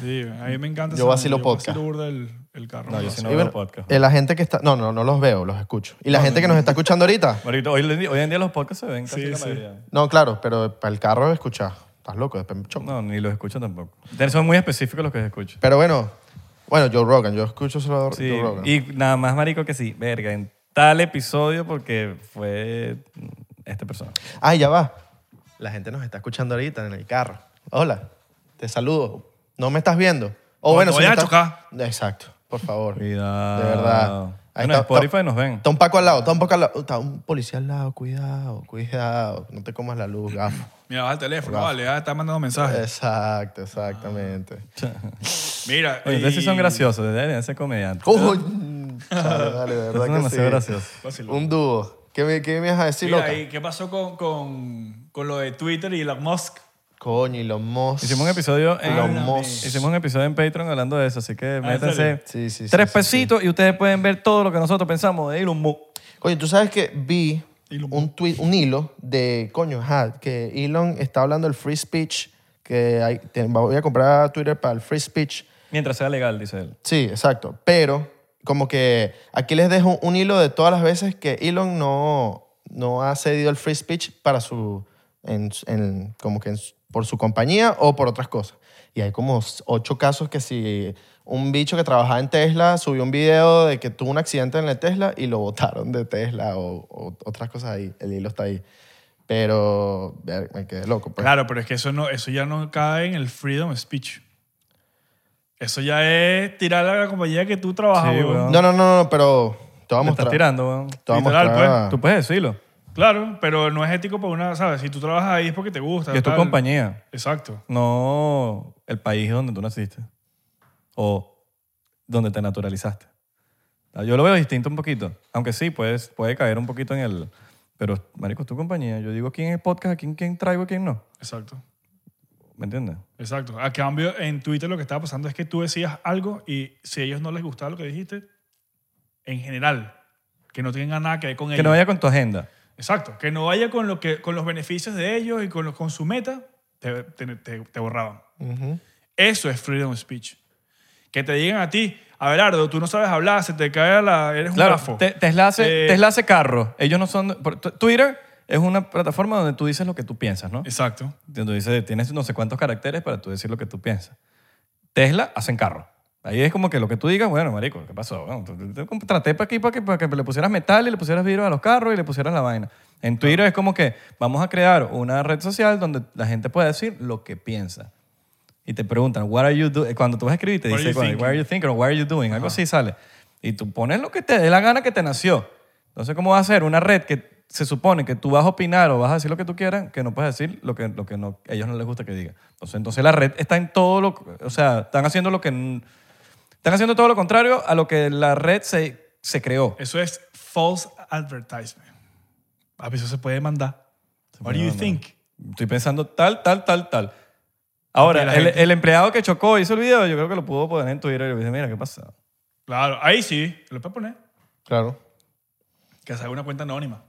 S3: Sí, a mí me encanta.
S2: Yo
S3: esa-
S2: vacilo
S3: Yo
S2: podcast.
S3: vacilo burda el, el carro.
S1: No, yo sí no
S2: Y
S1: veo
S2: bueno,
S1: podcast.
S2: eh, la gente que está... No, no, no los veo, los escucho. Y la gente que nos está escuchando ahorita...
S1: Marito, hoy, hoy en día los podcasts se ven casi
S3: Sí,
S1: la
S3: sí.
S1: mayoría.
S2: No, claro, pero para el carro escuchar. Estás loco, después me choco.
S1: No, ni los escucho tampoco. Ustedes Son muy específicos los que escucho.
S2: Pero bueno, bueno, Joe Rogan. Yo escucho solo a
S1: Sí,
S2: Joe Rogan.
S1: y nada más marico que sí. Verga, en tal episodio porque fue mm, esta persona.
S2: Ah, ya va. La gente nos está escuchando ahorita en el carro. Hola, te saludo. ¿No me estás viendo? O
S3: No,
S2: bueno,
S3: no
S2: si me
S3: vayas a
S2: estás- Exacto, por favor.
S1: Cuidado.
S2: De verdad. Ahí
S1: Ah. Bueno, en Spotify nos ven.
S2: Está un Paco al lado, está un Paco al lado. Está un policía al lado, cuidado, cuidado. No te comas la luz, gafo.
S3: Mira, baja el teléfono, vale, ya está mandando mensajes.
S2: Exacto, exactamente.
S1: Ah.
S3: Mira.
S1: Oye, ustedes sí son
S3: y-
S1: graciosos, deberían ser comediantes.
S2: Uy, chale, dale, de verdad
S1: Son
S2: que
S1: demasiado
S2: sí.
S1: graciosos.
S3: Vacilo.
S2: Un dúo. ¿Qué me, qué me vas a decir,
S3: Mira,
S2: loca?
S3: ¿y ¿qué pasó con, con, con lo de Twitter y Elon Musk?
S2: Coño, y los mos.
S1: Hicimos un episodio en
S2: Los mos.
S1: hicimos un episodio en Patreon hablando de eso, así que
S3: Ah, ¿en
S1: métanse
S3: serio?
S2: Sí, sí, sí,
S1: tres
S2: sí,
S1: pesitos y ustedes pueden ver todo lo que nosotros pensamos de Elon Musk.
S2: Coño, tú sabes que vi
S3: Elon
S2: un tweet, un hilo de, coño, ajá, que Elon está hablando del free speech, que hay- te- voy a comprar Twitter para el free speech.
S1: Mientras sea legal, dice él.
S2: Sí, exacto. Pero como que aquí les dejo un hilo de todas las veces que Elon no, no ha cedido el free speech para su, en- en- como que en su- por su compañía o por otras cosas. Y hay como s- ocho casos que si un bicho que trabajaba en Tesla subió un video de que tuvo un accidente en la Tesla y lo botaron de Tesla o, o otras cosas ahí. El hilo está ahí. Pero ver, me quedé loco. pues.
S3: Claro, pero es que eso, no, eso ya no cae en el freedom of speech. Eso ya es tirar a la compañía que tú trabajas,
S1: Sí,
S3: weón.
S1: weón.
S2: No, no, no, no, pero te voy a
S1: Le estás
S2: mostrar.
S1: tirando, pues, weón.
S2: Te voy a
S3: Literal,
S2: mostrar-
S1: Tú puedes decirlo.
S3: Claro, pero no es ético para una, ¿sabes? Si tú trabajas ahí es porque te gusta.
S1: Que es tu
S3: tal.
S1: compañía,
S3: Exacto.
S1: no el país donde tú naciste o donde te naturalizaste. Ah, Yo lo veo distinto un poquito, aunque sí, pues, puede caer un poquito en el... Pero, marico, es tu compañía. Yo digo quién es podcast, a quién, quién traigo y quién no.
S3: Exacto.
S1: ¿Me entiendes?
S3: Exacto. A cambio, en Twitter lo que estaba pasando es que tú decías algo y si a ellos no les gustaba lo que dijiste, en general, que no tenga nada que ver con
S1: Que
S3: ellos.
S1: no vaya con tu agenda.
S3: Exacto. Que no vaya con, lo que, con los beneficios de ellos y con, los, con su meta, te, te- te- te borraban.
S2: Ujú.
S3: Eso es freedom of speech. Que te digan a ti, Abelardo, tú no sabes hablar, se te cae la... Eres un
S1: Claro,
S3: gafo.
S1: te, Tesla, hace,
S3: Eh,
S1: Tesla hace carro. Ellos no son... por- tu- Twitter es una plataforma donde tú dices lo que tú piensas, ¿no?
S3: Exacto.
S1: Donde dices, tienes no sé cuántos caracteres para tú decir lo que tú piensas. Tesla hacen carro. Ahí es como que lo que tú digas, bueno, marico, ¿qué pasó? Bueno, tú- tú- tú traté para aquí para que, para que le pusieras metal y le pusieras vidrio a los carros y le pusieras la vaina. En Twitter es como que vamos a crear una red social donde la gente pueda decir lo que piensa. Y te preguntan, what are you doing? Cuando tú vas a escribir, te
S3: What are
S1: dice,
S3: you
S1: what
S3: thinking?
S1: are you thinking? or what are you doing? Algo así sale. Y tú pones lo que te dé la gana que te nació. Entonces, ¿cómo va a ser una red que se supone que tú vas a opinar o vas a decir lo que tú quieras, que no puedes decir lo que, lo que no, a ellos no les gusta que digas? Entonces, entonces la red está en todo lo... O sea, están haciendo lo que... n- Están haciendo todo lo contrario a lo que la red se, se creó.
S3: Eso es false advertisement. Papi, eso se puede mandar. What
S1: puede
S3: do you
S1: demandar.
S3: think?
S1: Estoy pensando tal, tal, tal, tal. Ahora,
S3: Y la
S1: el,
S3: gente-
S1: el empleado que chocó y hizo el video, yo creo que lo pudo poner en Twitter y le dije, mira, ¿qué pasa?
S3: Claro, ahí sí, lo puedes poner.
S2: Claro.
S3: Que se haga una cuenta anónima.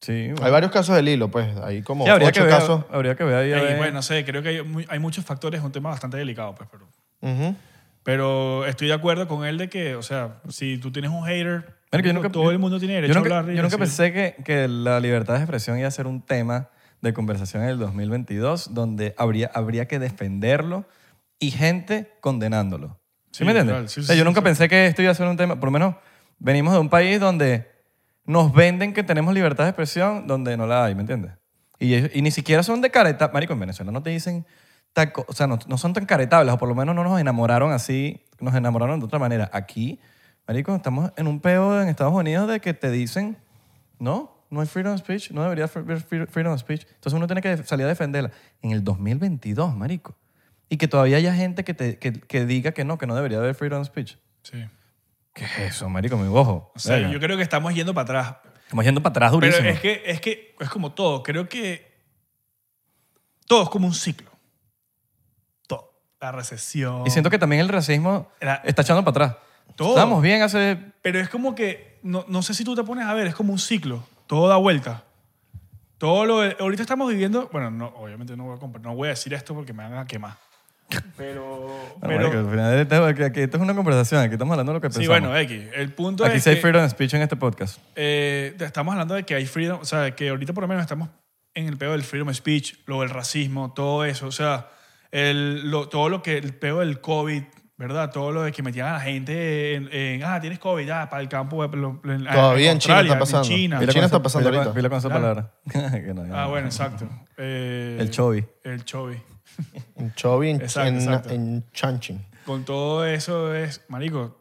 S1: Sí, bueno.
S2: Hay varios casos del hilo, pues. Hay como
S1: Sí, habría
S2: ocho
S1: que ver,
S2: casos.
S1: Habría que ver ahí. a
S3: Y
S1: ver.
S3: bueno, no sé, creo que hay, mu- hay muchos factores, es un tema bastante delicado, pues, pero,
S2: Ujú.
S3: pero estoy de acuerdo con él de que, o sea, si tú tienes un hater,
S1: Marico, yo
S3: digo,
S1: nunca-
S3: todo el mundo tiene derecho
S1: yo nunca,
S3: a hablar. y
S1: yo nunca
S3: decir-
S1: pensé que, que la libertad de expresión iba a ser un tema de conversación en el 2022 donde habría, habría que defenderlo y gente condenándolo. ¿Sí,
S3: Sí,
S1: me entiendes?
S3: literal, sí,
S1: O sea,
S3: sí,
S1: yo
S3: sí,
S1: nunca
S3: sí.
S1: pensé que esto iba a ser un tema, por lo menos venimos de un país donde nos venden que tenemos libertad de expresión donde no la hay, ¿me entiendes? Y, ellos- y ni siquiera son de careta, marico, en Venezuela no te dicen, taco- o sea, no, no son tan caretables, o por lo menos no nos enamoraron así, nos enamoraron de otra manera. Aquí, marico, estamos en un peo en Estados Unidos de que te dicen, no, no hay freedom of speech, no debería haber free- freedom of speech. Entonces uno tiene que salir a defenderla. En el 2022, marico. Y que todavía haya gente que, te, que, que diga que no, que no debería haber freedom of speech.
S3: Sí.
S1: ¿Qué es eso, marico? Mi ojo.
S3: O sea,
S1: Verga.
S3: yo creo que estamos yendo para atrás.
S1: Estamos yendo para atrás durísimo.
S3: Pero es que, es que es como todo. Creo que todo es como un ciclo. Todo. La recesión.
S1: Y siento que también el racismo
S3: Era-
S1: está echando para atrás.
S3: Todo.
S1: Estábamos bien hace...
S3: Pero es como que, no, no sé si tú te pones a ver, es como un ciclo. Todo da vuelta. Todo lo de- ahorita estamos viviendo, bueno, no, obviamente no voy a compar- no voy a decir esto porque me van a quemar. Pero,
S1: Bueno,
S3: pero-
S1: marico, al final esto, aquí, aquí esto es una conversación, aquí estamos hablando de lo que
S3: sí,
S1: pensamos.
S3: bueno, X. El punto
S1: aquí
S3: es
S1: sí hay
S3: que,
S1: freedom of speech en este podcast.
S3: eh, estamos hablando de que hay freedom, o sea, que ahorita por lo menos estamos en el peor del freedom of speech, lo del racismo, todo eso, o sea, el, lo- todo lo que, el peor del COVID, ¿verdad? Todo lo de que metían a la gente en, en, ah, tienes COVID, ah, para el campo. de- lo- lo-
S2: Todavía en China
S3: Australia,
S2: está pasando.
S3: China.
S2: En
S1: Mira
S2: China
S1: con
S2: está
S1: esa-
S2: pasando
S1: mira con-
S2: ahorita.
S1: mira con esa
S3: Claro.
S1: palabra. Que no, ya
S3: Ah,
S1: no.
S3: bueno, exacto. Eh,
S1: El chovi.
S3: El Chovy.
S2: En Chovy, en,
S3: Exacto,
S2: en-
S3: exacto.
S2: en Chanchin.
S3: Con todo eso es, marico,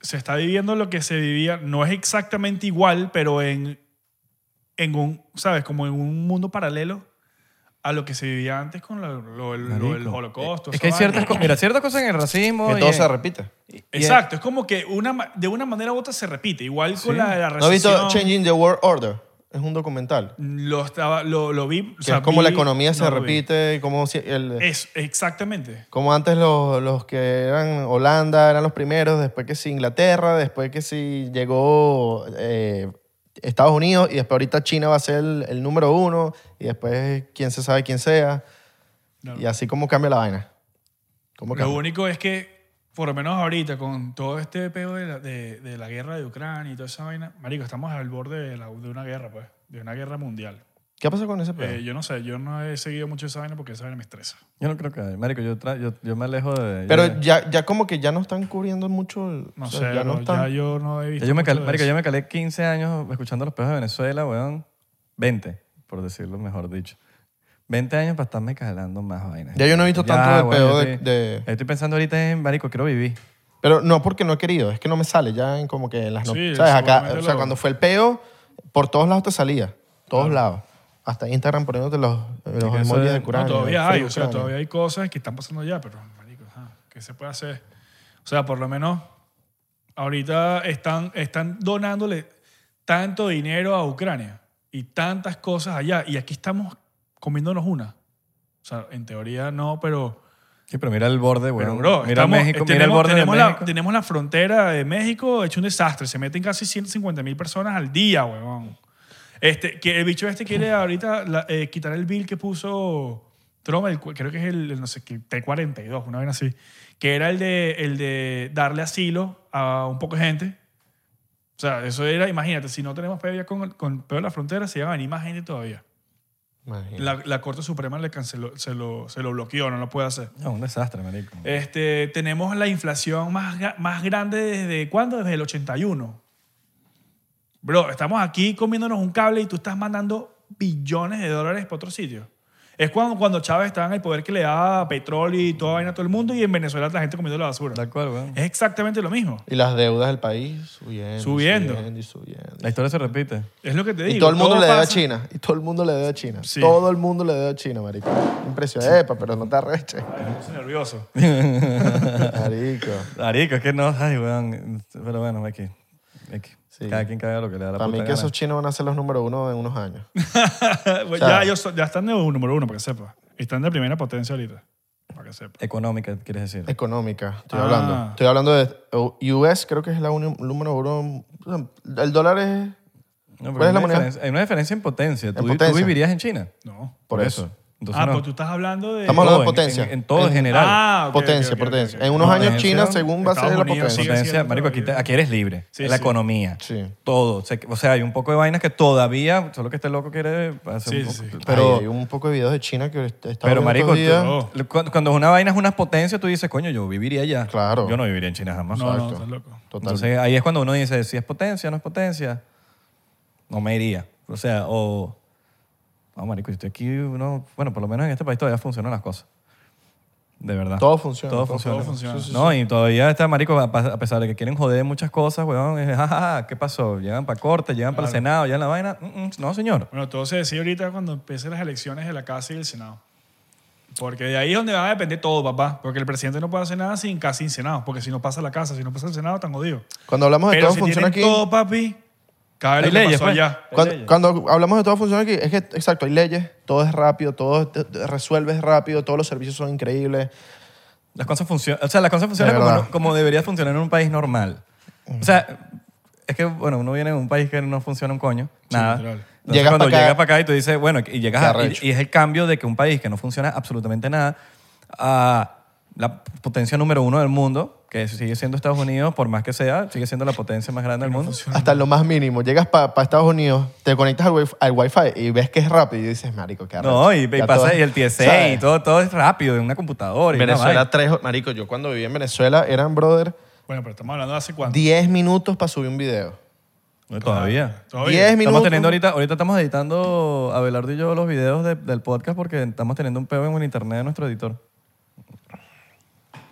S3: se está viviendo lo que se vivía, no es exactamente igual, pero en, en un, ¿sabes? Como en un mundo paralelo a lo que se vivía antes con lo, lo- lo-
S1: Marico.
S3: el holocausto.
S1: Es que hay
S3: esa
S1: ciertas,
S3: vaina.
S1: co- mira, ciertas cosas en el racismo.
S2: Que
S1: y
S2: todo
S1: en-
S2: se repite.
S1: y en-
S3: Exacto, es como que una, ma- de una manera u otra se repite, igual con
S1: Sí.
S3: la, la
S2: ¿No has
S3: recesión.
S2: visto Changing the World Order? Es un documental.
S3: Lo, estaba, lo, lo vi. o
S2: Que
S3: sea,
S2: es como la
S3: vi-
S2: economía se
S3: no lo vi. Eh.
S2: repite, y como, si- el-
S3: Eso, exactamente.
S2: como antes los, los que eran Holanda eran los primeros, después que sí Inglaterra, después que sí llegó eh, Estados Unidos y después ahorita China va a ser el, el número uno y después quién se sabe quién sea
S3: Claro.
S2: y así como cambia la vaina. ¿Cómo
S3: Lo
S2: cambia?
S3: único es que, por lo menos ahorita, con todo este peo de la, de, de la guerra de Ucrania y toda esa vaina, marico, estamos al borde de, la- de una guerra, pues, de una guerra mundial.
S2: ¿Qué pasa con ese pedo?
S3: Eh, yo no sé, yo no he seguido mucho esa vaina porque esa vaina me estresa.
S1: Yo no creo que hay. Marico, yo, tra- yo, yo me alejo de...
S2: Pero
S1: yo,
S2: ya, ya como que ya no están cubriendo mucho. el-
S3: Eh. No
S2: o sea,
S3: sé,
S2: ya
S3: bro,
S2: no
S3: ya,
S2: están.
S3: yo no he
S1: ya
S3: visto.
S1: yo me
S3: mucho
S1: calé,
S3: de
S1: marico,
S3: eso.
S1: yo me calé 15 años escuchando los peos de Venezuela, weón. 20, por decirlo mejor dicho. 20 años para estarme calando más vainas.
S2: Ya yo no he visto tanto del
S1: weón,
S2: peo
S1: yo
S2: de-
S1: estoy-
S2: de-
S1: Estoy pensando ahorita en, marico, quiero vivir.
S2: Pero no porque no he querido, es que no me sale ya en como que en las no-
S3: Sí,
S2: ¿Sabes? Acá,
S3: seguramente
S2: o sea,
S3: lo-
S2: cuando fue el peo, por todos lados te salía. Todos lados. Hasta Instagram poniéndote los, los
S1: que eso
S2: emojis
S1: es-
S2: de
S1: no,
S2: Ucrania.
S3: No, todavía
S2: full
S3: hay, o sea,
S2: Ucrania.
S3: todavía hay cosas que están pasando ya, pero, marico, ajá, ¿qué se puede hacer? O sea, por lo menos ahorita están, están donándole tanto dinero a Ucrania y tantas cosas allá, y aquí estamos comiéndonos una. O sea, en teoría no, pero...
S1: Sí, pero mira el borde, weón.
S3: pero, bro,
S1: mira
S3: estamos-
S1: México, mira el
S3: tenemos-
S1: borde de
S3: tenemos
S1: México.
S3: la, tenemos la frontera de México hecho un desastre. Se meten casi 150 mil personas al día, huevón. Este, que el bicho este quiere ahorita la- eh, quitar el bill que puso Trump, el cu- creo que es el, el no sé, qué, T42, una vez así, que era el de, el de darle asilo a un poco de gente. O sea, eso era, imagínate, si no tenemos pelea con, con peor la frontera, se iba a venir más gente todavía.
S2: Imagínate.
S3: La, la Corte Suprema le canceló, se lo, se lo bloqueó, no lo puede hacer.
S1: No, un desastre, marico.
S3: Este, tenemos la inflación más, ga- más grande desde cuándo? Desde el 81. Bro, estamos aquí comiéndonos un cable y tú estás mandando billones de dólares para otro sitio. Es cuando, cuando Chávez estaba en el poder que le daba petróleo y toda vaina a todo el mundo y en Venezuela la gente comiendo la basura.
S1: De acuerdo, weón.
S3: Es exactamente lo mismo.
S2: Y las deudas del país subiendo.
S3: Subiendo.
S2: y subiendo.
S1: La historia se repite.
S3: Es lo que te digo.
S2: Y todo el mundo le debe a
S3: pasa.
S2: China. Y todo el mundo le debe a China.
S3: Sí.
S2: Todo el mundo le debe a China, marico. Impresionante. Epa, pero no te arreches.
S3: Ay, me puse nervioso.
S2: Marico.
S1: Marico, es que no, ay, weón. Pero bueno, X. X.
S2: Sí.
S1: Cada quien caga lo que le da la
S2: Para mí
S1: puta
S2: que
S1: gana.
S2: esos chinos van a ser los número uno en unos años.
S3: Pues
S2: Chao.
S3: ya, ellos son- ya están de número uno, para que sepa. Están de primera potencia ahorita, para que sepa.
S1: Económica, quieres decir.
S2: Económica, estoy
S3: Ah.
S2: hablando. Estoy hablando de oh, US, creo que es la uni- número uno. El dólar es
S1: No, pero
S2: ¿Cuál
S1: hay
S2: es la
S1: una
S2: moneda?
S1: diferencia- Hay una diferencia en potencia. Tú, tú
S2: potencia.
S1: vivirías en China.
S3: No.
S2: por eso.
S1: Entonces,
S3: Ah,
S1: no.
S3: pues tú estás hablando de...
S2: Estamos hablando de
S1: Todo, en-
S2: potencia.
S1: En, en todo en
S2: En-
S1: general.
S3: Ah, ok, ok,
S2: potencia,
S3: ok, ok,
S2: potencia.
S3: ok.
S2: En unos años
S1: Potencia.
S2: China, según va a ser la
S3: Estados Unidos,
S2: potencia.
S3: sigue
S1: potencia,
S3: siendo
S1: marico, aquí, te-
S3: todavía.
S1: aquí eres libre.
S3: Sí,
S1: es la
S3: sí.
S1: economía.
S2: Sí.
S1: Todo. Se- O sea, hay un poco de vainas que todavía, solo que este loco quiere hacer
S3: Sí,
S1: un
S3: sí,
S1: poco-
S3: sí.
S2: Pero
S1: Pero,
S2: hay un poco de videos de China que est- estaba
S1: pero
S2: viendo
S1: marico,
S2: estos días.
S3: tú-
S1: tú- cuando, cuando una vaina es una potencia, tú dices, coño, yo viviría allá.
S2: Claro.
S1: Yo no viviría en China jamás.
S3: No, no,
S2: Exacto.
S3: estás loco.
S2: Total.
S1: Entonces ahí es cuando uno dice, si es potencia, no es potencia, no me iría. O sea, o... No, marico, yo estoy aquí, uno, bueno, por lo menos en este país todavía funcionan las cosas. De verdad.
S2: todo funciona.
S1: Todo
S3: funciona.
S1: funciona.
S3: Todo funciona.
S1: No, y todavía está, marico, a a pesar de que quieren joder muchas cosas, weón, es, "Ja, ja, ja, ¿qué pasó? Llegan para corte, llegan para el Senado, llegan la vaina. Mm, mm, no, señor.
S3: Bueno, todo se decide ahorita cuando empiecen las elecciones de la Casa y el Senado. Porque de ahí es donde va a depender todo, papá. Porque el presidente no puede hacer nada sin Casa y sin Senado. Porque si no pasa la Casa, si no pasa el Senado, están jodidos.
S2: Cuando hablamos de
S3: Pero
S2: todo
S3: si
S2: funciona
S3: tienen
S2: aquí.
S3: todo, papi, cada vez
S1: Hay
S3: lo que
S1: leyes,
S3: pasó
S1: pues.
S3: allá.
S2: Cuando,
S1: leyes.
S2: cuando hablamos de todo funciona aquí, es que, exacto, hay leyes, todo es rápido, todo te- te resuelves rápido, todos los servicios son increíbles.
S1: Las cosas funcionan, o sea, las cosas funcionan
S2: De
S1: como,
S2: verdad. Mm.
S1: como debería funcionar en un país normal. O sea, es que, bueno, uno viene de un país que no funciona un coño, nada.
S3: literal.
S1: Entonces,
S2: Llegas
S1: cuando
S2: pa' acá-
S1: llegas para acá y tú dices, bueno, y llegas
S2: Qué
S1: a-
S2: arrecho.
S1: y, y es el cambio de que un país que no funciona absolutamente nada a la potencia número uno del mundo, que sigue siendo Estados Unidos, por más que sea, sigue siendo la potencia más grande del mundo.
S2: Hasta lo más mínimo. Llegas para Estados Unidos, te conectas al, wi- al Wi-Fi y ves que es rápido y dices, marico, qué
S1: No, y,
S2: arrecho.
S1: y
S2: Ya
S1: pasa
S2: todo-
S1: y el TSA y
S2: ¿sabes?
S1: todo, todo es rápido, en una computadora. y una
S2: Venezuela,
S1: vaina.
S2: tres... Marico, yo cuando viví en Venezuela eran, brother,
S3: Bueno, pero estamos hablando de hace cuánto.
S2: 10 minutos para subir un video.
S1: No, todavía.
S3: Todavía.
S2: 10
S1: Estamos
S2: minutos.
S1: teniendo ahorita, ahorita estamos editando Abelardo y yo los videos de- del podcast porque estamos teniendo un peo en el internet de nuestro editor.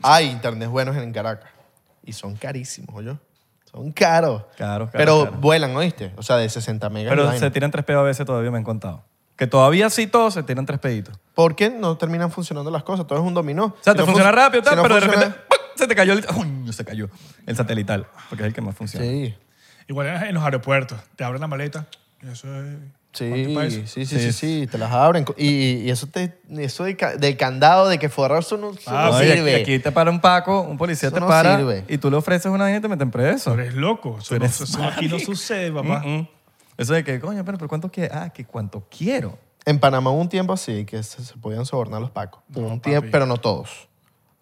S2: Hay internet buenos en Caracas. Y son carísimos, oye. Son caros.
S1: Caros, caros,
S2: Pero
S1: caros.
S2: vuelan, ¿oíste? O sea, de 60 megas.
S1: Pero
S2: la vaina.
S1: se tiran tres peos a veces todavía, me han contado. Que todavía sí todos se tiran tres peditos.
S2: ¿Por qué no terminan funcionando las cosas? Todo es un dominó.
S1: O sea,
S2: Si
S1: te
S2: no
S1: funciona
S2: func-
S1: rápido,
S2: si
S1: tal,
S2: no
S1: pero
S2: funciona-
S1: de repente ¡pum! se te cayó el, ¡Uy! se cayó el satelital, porque es el que más funciona.
S2: Sí.
S3: Igual en los aeropuertos. Te abren la maleta. Eso es... ¿Cuánto para
S2: Sí,
S3: eso?
S2: sí, sí, sí,
S1: Sí.
S2: sí, te las abren. Y, y eso, te, eso de ca- del candado, de que forrarse no, eso
S3: Ah,
S2: no
S1: No, y aquí,
S2: sirve.
S1: aquí te para un paco, un policía
S2: Eso
S1: te
S2: no
S1: para
S2: sirve.
S1: y tú le ofreces una vaina y te meten preso.
S3: Tú eres loco. Eso, no-
S1: eres
S3: eso aquí no sucede, papá.
S1: Mm, mm. Eso de que, coño, pero, pero ¿cuánto quiero? Ah, que cuánto quiero.
S2: En Panamá hubo un tiempo así, que se, se podían sobornar los pacos. un tiempo, pero no todos.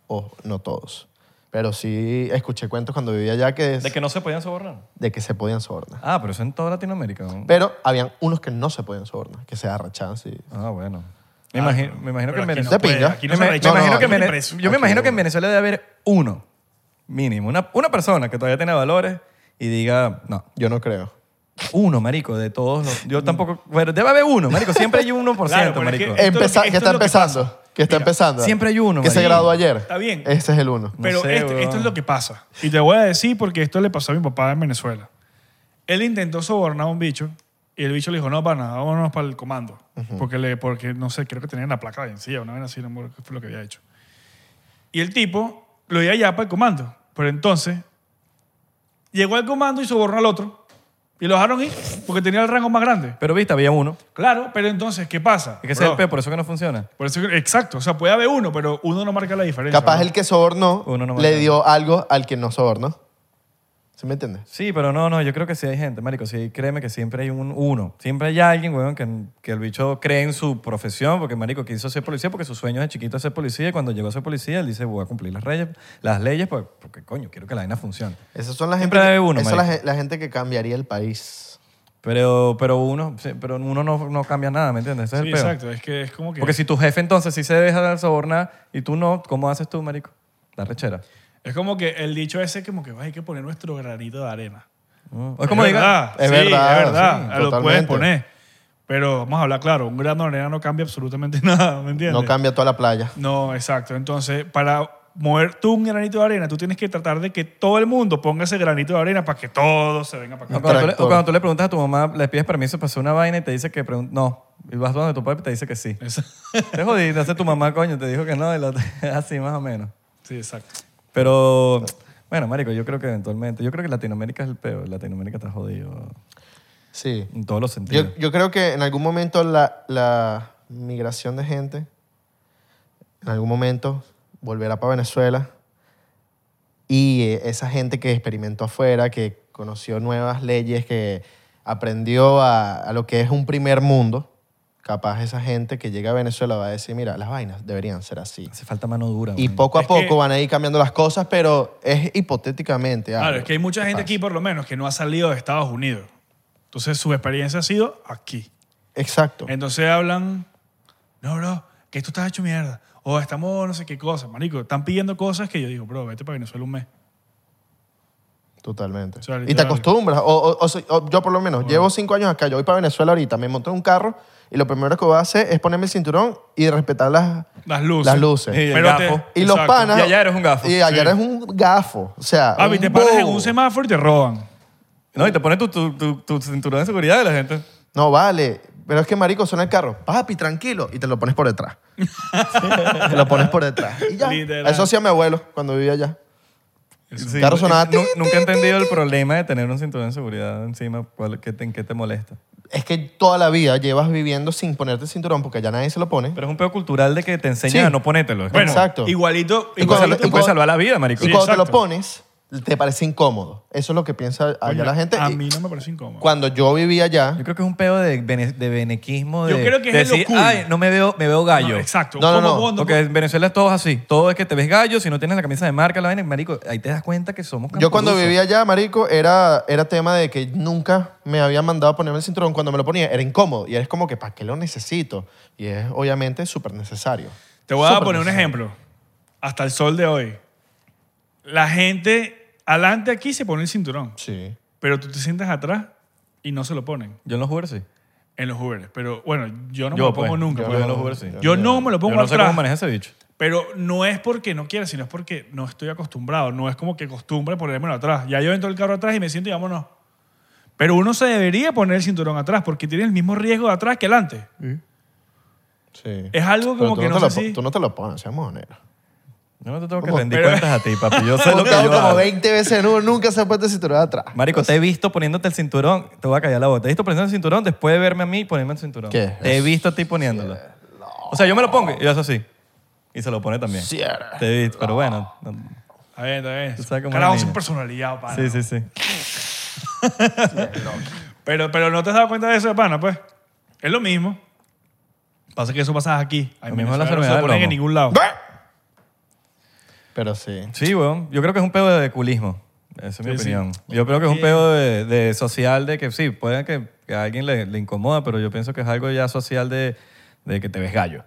S2: O no todos. Pero sí escuché cuentos cuando vivía allá que, es-
S1: De que no se podían sobornar.
S2: de que se podían sobornar.
S1: Ah, pero eso en toda Latinoamérica. ¿no?
S2: Pero habían unos que no se podían sobornar, que se arrachaban. Sí.
S1: Ah, bueno. Me imagino, me imagino que en
S3: Pero aquí no
S1: Venezuela.
S2: De pinga.
S3: puede, aquí no
S1: me,
S3: se
S1: me
S3: arrecha,
S2: no,
S1: imagino
S2: no,
S1: que en
S2: aquí
S3: te
S1: Vene-
S3: preso.
S1: yo me imagino que en Venezuela debe haber uno, mínimo, una, una persona que todavía tiene valores y diga, no,
S2: Yo no creo.
S1: uno, marico, de todos los. Yo tampoco. Bueno, debe haber uno, marico. Siempre hay un 1%,
S3: Claro, pero es
S1: marico.
S3: que-
S2: Empeza-
S3: esto
S2: que
S3: es
S2: está
S3: lo que
S2: empezando. Que, está empezando.
S1: Siempre hay uno,
S2: Que se
S1: marico.
S2: graduó ayer.
S3: Está bien.
S2: Ese es el uno.
S1: No
S3: Pero este,
S1: sé,
S3: esto,
S1: weón.
S3: esto es lo que pasa. Y te voy a decir porque esto le pasó a mi papá en Venezuela. Él intentó sobornar a un bicho y el bicho le dijo, no, para nada, vámonos para el comando. porque, le, porque, no sé, creo que tenía la placa de encía, una vez así, no me acuerdo qué fue lo que había hecho. Y el tipo lo iba allá para el comando. Pero entonces llegó al comando y sobornó al otro. Y lo dejaron ir porque tenía el rango más grande.
S1: Pero viste, había uno.
S3: Claro, pero entonces, ¿qué pasa?
S1: Es que ese es el
S3: Bro,
S1: peo, por eso que no funciona.
S3: por eso que- exacto, o sea, puede haber uno, pero uno no marca la diferencia.
S2: Capaz
S3: ¿no?
S2: el que sobornó
S1: Uno no
S2: le
S1: manda.
S2: dio algo al que no sobornó. ¿Sí me entiendes?
S1: Sí, pero no, no, yo creo que sí hay gente, marico. Sí, créeme que siempre hay un uno. Siempre hay alguien, weón, que, que el bicho cree en su profesión, porque, marico, quiso ser policía porque su sueño de chiquito es ser policía y cuando llegó a ser policía, él dice, voy a cumplir las, reyes, las leyes pues, porque, porque, coño, quiero que la vaina funcione.
S2: Esas son las
S1: Siempre
S2: gente,
S1: hay uno,
S2: esa es la,
S1: marico.
S2: gen- la gente que cambiaría el país.
S1: Pero, pero uno, sí, pero uno no, no cambia nada, ¿me entiendes? Ese es
S3: Sí,
S1: el peor.
S3: exacto. Es que es como que.
S1: Porque si tu jefe entonces sí se deja sobornar y tú no, ¿cómo haces tú, marico? La rechera.
S3: Es como que el dicho ese, como que "Ay, hay que poner nuestro granito de arena.
S1: Mm. Es como
S3: es
S1: diga,
S3: verdad,
S2: es
S3: sí,
S2: verdad,
S3: es verdad,
S2: sí,
S3: lo puedes
S2: totalmente.
S3: poner. Pero vamos a hablar claro, un grano de arena no cambia absolutamente nada, ¿me entiendes?
S2: No cambia toda la playa.
S3: No, exacto. Entonces, para mover tú un granito de arena, tú tienes que tratar de que todo el mundo ponga ese granito de arena para que todo se venga para
S1: o
S3: acá.
S1: cuando, tú le, o
S2: tractor.
S1: cuando tú le preguntas a tu mamá, le pides permiso para hacer una vaina y te dice que pregun- no. Y vas donde tu papá y te dice que sí.
S3: Esa-
S1: Te jodí, entonces tu mamá, coño, te dijo que no, y la- así más o menos.
S3: Sí, exacto.
S1: Pero, bueno, marico, yo creo que eventualmente, yo creo que Latinoamérica es el peor. Latinoamérica está jodido
S2: Sí.
S1: en todos los
S2: Yo,
S1: sentidos.
S2: yo creo que en algún momento la, la migración de gente, en algún momento volverá para Venezuela y eh, esa gente que experimentó afuera, que conoció nuevas leyes, que aprendió a, a lo que es un primer mundo, capaz esa gente que llega a Venezuela va a decir, mira, las vainas deberían ser así.
S1: Hace falta mano dura.
S2: Y
S1: man.
S2: poco a
S3: Es
S2: poco
S3: que-
S2: van a ir cambiando las cosas, pero es hipotéticamente.
S3: Claro,
S2: algo
S3: es que hay mucha gente
S2: pasa.
S3: aquí, por lo menos, que no ha salido de Estados Unidos. Entonces, su experiencia ha sido aquí.
S2: Exacto.
S3: Entonces hablan, no, bro, que esto está hecho mierda. O estamos no sé qué cosas, marico. Están pidiendo cosas que yo digo, bro, vete para Venezuela un mes.
S2: Totalmente.
S3: O sea,
S2: y te
S3: literal.
S2: acostumbras. O, o- o sea, o yo por lo menos llevo cinco años acá. Yo voy para Venezuela ahorita, me monto en un carro y lo primero que voy a hacer es ponerme el cinturón y respetar las,
S3: Las luces.
S2: las luces.
S1: Sí,
S2: Y,
S1: el
S3: Pero te-
S1: gafo.
S2: los
S3: exacto.
S2: panas...
S1: Y allá eres un gafo.
S2: Y allá
S3: Sí.
S2: eres un gafo. O sea,
S3: Papi,
S2: un
S3: Ah, te paras en
S2: bobo.
S3: un semáforo y te roban.
S1: No, y te pones tu, tu, tu, tu cinturón de seguridad de la gente.
S2: No vale. Pero es que, marico, suena el carro. Papi, tranquilo. Y te lo pones por detrás. te lo pones por detrás. Y ya.
S3: Literal.
S2: Eso hacía mi abuelo cuando vivía allá.
S1: Sí,
S2: Carro
S1: nu-
S2: sonaba,
S1: nu-
S2: ti, ti,
S1: Nunca he entendido el problema de tener un cinturón de seguridad encima, cuál- qué te- en qué te molesta.
S2: Es que toda la vida llevas viviendo sin ponerte el cinturón porque ya nadie se lo pone.
S1: Pero es un pedo cultural de que te enseñan
S2: Sí.
S1: a no ponértelo. Es
S3: Bueno,
S1: como-
S2: Exacto.
S3: igualito.
S1: te, puede
S2: cuando-
S1: salvar, te puede
S2: y cuando-
S1: salvar la vida, marico.
S2: Y
S3: Sí,
S2: cuando te lo
S3: exacto.
S2: pones, te parece incómodo. Eso es lo que piensa allá
S3: Coño,
S2: la gente.
S3: A
S2: Y
S3: mí no me parece incómodo.
S2: Cuando yo vivía allá,
S1: Yo creo que es un pedo de, bene- de benequismo. De,
S3: Yo creo que es
S1: de
S3: el
S1: decir,
S3: locura.
S1: ay, no me veo, me veo gallo.
S3: No, exacto.
S2: No, no,
S3: Como
S2: no,
S3: vos
S1: Porque en Venezuela es todo así. Todo es que te ves gallo, si no tienes la camisa de marca, la vaina, marico, ahí te das cuenta que somos
S2: yo cuando
S1: campurrusos.
S2: vivía allá, marico, era, era tema de que nunca me había mandado a ponerme el cinturón. Cuando me lo ponía, era incómodo. Y es como que, ¿para qué lo necesito? Y es obviamente súper necesario.
S3: Te voy a
S2: Súper
S3: poner un
S2: necesario.
S3: ejemplo. Hasta el sol de hoy. La gente adelante aquí se pone el cinturón,
S2: Sí.
S3: pero tú te sientas atrás y no se lo ponen
S1: Yo en los Uber sí.
S3: en los Uber. Pero bueno, yo no
S1: Yo,
S3: me lo
S1: pues,
S3: pongo nunca.
S1: yo
S3: pues.
S1: en los Uber sí.
S3: Yo no me lo pongo
S1: Yo no sé
S3: atrás.
S1: cómo maneja ese bicho.
S3: Pero no es porque no quiera, sino es porque no estoy acostumbrado. No es como que costumbre ponérmelo atrás. Ya yo entro el carro atrás y me siento y vámonos. Pero uno se debería poner el cinturón atrás porque tiene el mismo riesgo de atrás que adelante.
S2: Sí.
S3: Es algo
S2: Pero
S3: como
S2: tú
S3: que
S2: no
S3: no,
S2: te
S3: sé
S2: lo,
S3: si...
S2: Tú no te lo pones, seamos honestos.
S1: Yo no te tengo que
S2: ¿Cómo?
S1: rendir
S3: Pero-
S1: cuentas a ti, papi. Yo sé
S2: Tú
S1: lo que
S2: te has
S1: yo
S2: dado como
S1: hago.
S2: 20 veces, no, nunca se ha puesto el cinturón atrás.
S1: Marico, te he visto poniéndote el cinturón. Te voy a callar la boca. Te he visto poniéndote el cinturón después de verme a mí y ponerme el cinturón.
S2: ¿Qué?
S1: Te he visto a ti poniéndolo. O sea, yo me lo pongo y yo eso sí. Y se lo pone también.
S2: Cierra.
S1: Te he visto, pero bueno. no-
S3: A ver, a ver.
S1: Tú sabes cómo es
S3: Carajo,
S1: el
S3: sin
S1: niño.
S3: personalidad, pana.
S1: Sí, sí, sí.
S3: Pero, pero no te has dado cuenta de eso, pana, pues. Es lo mismo. Pasa que eso pasa aquí. Ay,
S1: Lo mismo es la
S3: Venezuela No se
S1: enfermedad
S3: lo
S1: del
S3: ponen en
S1: lomo.
S3: ningún lado.
S2: Pero sí.
S1: Sí, weón. Yo creo que es un pedo de culismo. Esa es mi
S3: Sí, sí.
S1: opinión. Yo creo que es un pedo de, de social, de que sí, puede que, que a alguien le, le incomoda, pero yo pienso que es algo ya social de, de que te ves gallo.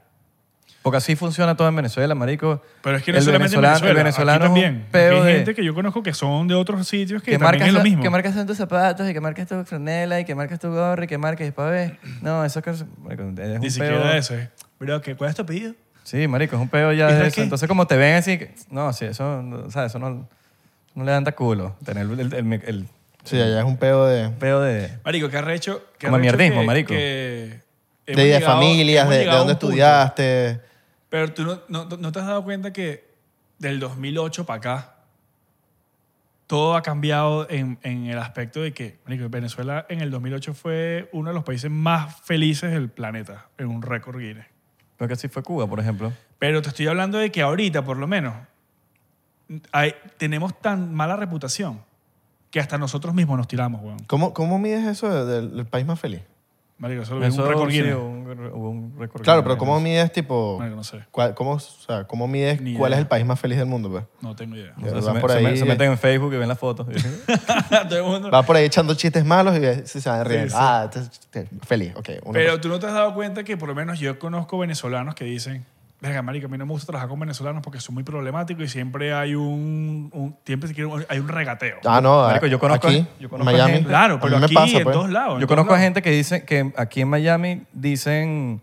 S1: Porque así funciona todo en Venezuela, marico.
S3: Pero es que no
S1: El
S3: solamente en
S1: venezolano-
S3: Venezuela.
S1: El venezolano
S3: aquí
S1: es
S3: también.
S1: un pedo
S3: Aquí hay
S1: de-
S3: gente que yo conozco que son de otros sitios que,
S1: que
S3: también
S1: marcas,
S3: es lo mismo.
S1: que marcas son tus zapatos y que marcas tu franela y que marcas tu gorro y que marcas y pa' ver. No, eso es, que- marico, es un
S3: Ni siquiera
S1: pedo.
S3: eso. ¿eh? Bro, ¿qué, ¿cuál es tu pedido?
S1: Sí, marico, es un pedo ya
S3: ¿Y
S1: de
S3: sabes
S1: eso.
S3: qué?
S1: Entonces, como te ven así, que- no, sí, eso, no- o sea, eso no, no le da culo. Tener el, el- el- el
S2: Sí, allá es un pedo de...
S1: pedo de...
S3: Marico, ¿qué arrecho? qué
S1: Como
S3: arrecho
S1: mierdismo,
S3: que-
S1: marico.
S3: que hemos
S2: de ideas
S3: llegado-
S2: familias,
S3: hemos
S2: de, de
S3: llegado a
S2: dónde
S3: un punto.
S2: estudiaste.
S3: Pero tú no, no, no te has dado cuenta que del 2008 para acá todo ha cambiado en, en el aspecto de que marico, Venezuela en el 2008 fue uno de los países más felices del planeta, en un récord Guinness.
S1: Porque así fue Cuba, por ejemplo.
S3: Pero te estoy hablando de que ahorita, por lo menos, hay- tenemos tan mala reputación que hasta nosotros mismos nos tiramos, weón.
S2: ¿Cómo, cómo mides eso de- del, del país más feliz?
S3: Marico, eso lo vi en
S1: Eso,
S3: un récord
S1: sí,
S3: Guinness.
S1: un re- hubo un récord.
S2: Claro,
S1: Guinness.
S2: pero ¿cómo mides, tipo.
S3: Marico, no sé.
S2: cuál- ¿Cómo, o sea, cómo mides
S3: Ni
S2: cuál
S3: idea.
S2: es el país más feliz del mundo, pues?
S3: No tengo idea.
S1: O sea,
S2: Vas
S1: se, me-
S2: por
S1: se me-
S2: ahí,
S1: se
S2: eh.
S1: meten en Facebook y ven las fotos.
S3: Todo el mundo-
S2: Va por ahí echando chistes malos y ve si se van riendo.
S3: Sí, sí.
S2: Ah, este- este- feliz, ok. una
S3: Pero
S2: cosa.
S3: tú no te has dado cuenta que por lo menos yo conozco venezolanos que dicen, verga, marico, a mí no me gusta trabajar con venezolanos porque son muy problemáticos y siempre hay un, un- siempre hay un regateo.
S2: Ah, no,
S1: Marico, yo conozco-
S2: aquí,
S1: yo conozco
S2: Miami.
S1: gente-
S3: claro, pero
S2: a mí
S3: aquí
S2: me pasa,
S3: en
S2: pues.
S3: todos lados. en
S1: Yo
S3: todos
S1: conozco a
S3: lados.
S1: gente que dice que aquí en Miami dicen,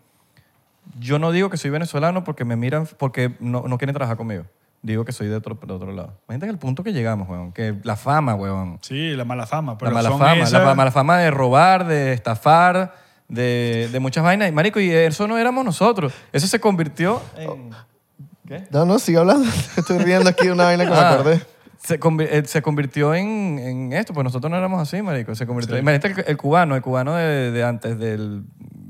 S1: yo no digo que soy venezolano porque me miran, porque no, no quieren trabajar conmigo. Digo que soy de otro, de otro lado. Imagínate que el punto que llegamos, weón, que la fama, weón.
S3: Sí, la mala fama.
S1: La
S3: Pero
S1: mala
S3: son
S1: fama,
S3: esas-
S1: la, fa- mala fama de robar, de estafar, de, de muchas vainas. Y, marico, y eso no éramos nosotros. Eso se convirtió
S3: Eh,
S1: en... ¿Qué?
S2: No, no, sigue hablando. Estoy riendo aquí de una vaina que me
S1: Ah,
S2: acordé.
S1: Se, convi- eh, se convirtió en, en esto, pues nosotros no éramos así, marico. Se convirtió. Imagínate el, el cubano, el cubano de, de antes del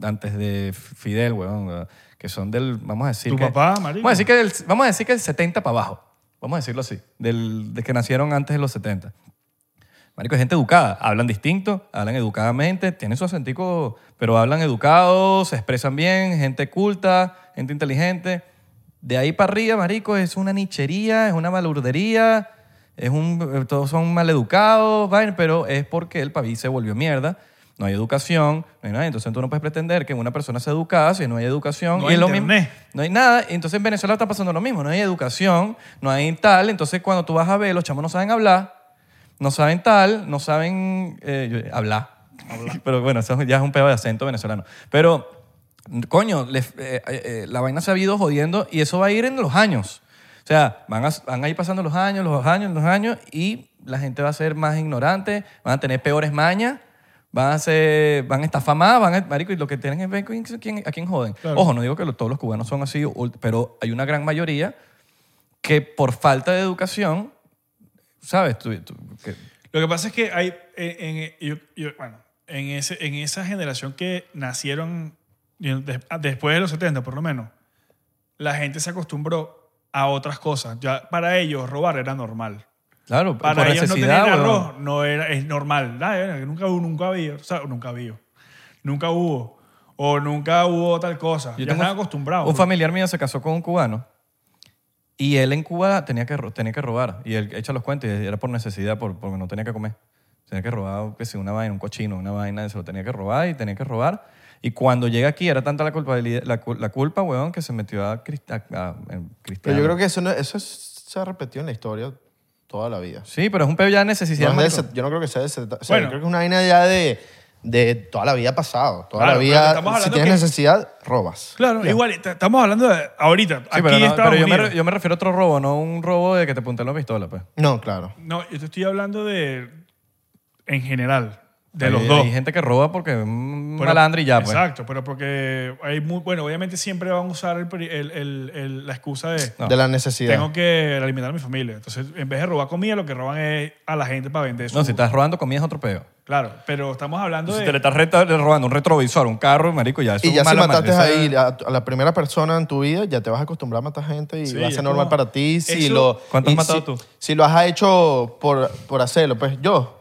S1: antes de Fidel, weón, weón, que son del, vamos a decir
S3: Tu
S1: que-
S3: papá, marico.
S1: Vamos a decir que del, vamos a decir que el 70 para abajo. Vamos a decirlo así, del, de que nacieron antes de los 70. Marico, es gente educada, hablan distinto, hablan educadamente, tienen su acentico, pero hablan educados, se expresan bien, gente culta, gente inteligente. De ahí para arriba, marico, es una nichería, es una malurdería, es un, eh, todos son maleducados, vaina, pero es porque el país se volvió mierda. No hay educación, no hay nada. Entonces tú no puedes pretender que una persona sea educada si no hay educación.
S3: No
S1: y
S3: hay
S1: es lo
S3: internet.
S1: mismo. No hay nada. Entonces en Venezuela está pasando lo mismo. No hay educación, no hay tal. Entonces cuando tú vas a ver, los chamos no saben hablar, no saben tal, no saben eh, yo- hablar. Pero bueno, eso ya es un pedo de acento venezolano. Pero, coño, les- eh, eh, eh, la vaina se ha ido jodiendo y eso va a ir en los años. O sea, van a, van a ir pasando los años, los años, los años y la gente va a ser más ignorante, van a tener peores mañas, van a ser, van a estafar más, van a, marico, y lo que tienen es ver quién- quién- a quién joden. Ojo, no digo que lo- todos los cubanos son así, o- pero hay una gran mayoría que por falta de educación, ¿sabes? Tú- tú- que-
S3: Lo que pasa es que hay, eh, en, en- yo- yo- bueno, en, ese, en esa generación que nacieron yo, des- después de los 70, por lo menos, la gente se acostumbró a otras cosas. Ya para ellos robar era normal.
S1: claro,
S3: Para
S1: por
S3: ellos no tener
S1: necesidad. weón.
S3: arroz no era, es normal. Ah, era que nunca, hubo- nunca había, o sea, nunca había. Nunca hubo. O nunca hubo tal cosa.
S1: Yo
S3: ya
S1: tengo
S3: están acostumbrados.
S1: Un familiar mío se casó con un cubano y él en Cuba tenía que, ro- tenía que robar. Y él echa los cuentos y era por necesidad, por, porque no tenía que comer. Tenía que robar, que si una vaina, un cochino, una vaina, se lo tenía que robar y tenía que robar. Y cuando llega aquí era tanta la, culpabilidad, la, cul- la culpa, weón, que se metió a, crista- a- en
S2: Pero
S1: cristiano.
S2: yo creo que eso, no- eso es- se ha repetido en la historia toda la vida.
S1: Sí, pero es un pedo ya de
S2: No
S1: necesidad.
S2: es del
S1: marico.
S2: set- yo no creo que sea de set- o sea,
S3: Bueno.
S2: yo creo que es una vaina ya de, de toda la vida pasado. Toda
S3: Claro,
S2: la
S3: pero
S2: vida,
S3: estamos
S2: si
S3: hablando
S2: tienes
S3: que-
S2: necesidad, robas.
S3: Claro, igual, t- estamos hablando de ahorita.
S1: Sí,
S3: aquí
S1: pero, no-
S3: en Estados
S1: pero yo, me,
S3: Unidos.
S1: re- yo me refiero a otro robo, no un robo de que te apunten la pistola, pues.
S2: No, claro.
S3: No, yo te estoy hablando de. En general. De los
S1: Hay-
S3: dos.
S1: Hay gente que roba porque es un
S3: Pero-
S1: malandro y ya, pues.
S3: Exacto, pero porque hay muy. Bueno, obviamente siempre van a usar el pri- el- el- el- la excusa de.
S1: No.
S2: De la necesidad.
S3: Tengo que alimentar a mi familia. Entonces, en vez de robar comida, lo que roban es a la gente para vender eso.
S1: No, si estás robando comida es otro pedo.
S3: Claro, pero estamos hablando
S1: Si
S3: de.
S1: te le estás reta- robando un retrovisor, un carro, marico, ya eso
S2: Y
S1: es
S2: ya si
S1: mala
S2: mataste
S1: madre. Esa-
S2: ahí a, a la primera persona en tu vida, ya te vas a acostumbrar a matar gente y
S3: Sí,
S2: va a
S3: es
S2: ser normal
S3: como-
S2: para ti. Si
S3: eso-
S2: lo,
S1: ¿Cuánto has
S2: y
S1: matado
S2: si-
S1: tú?
S2: Si lo has hecho por, por hacerlo. Pues yo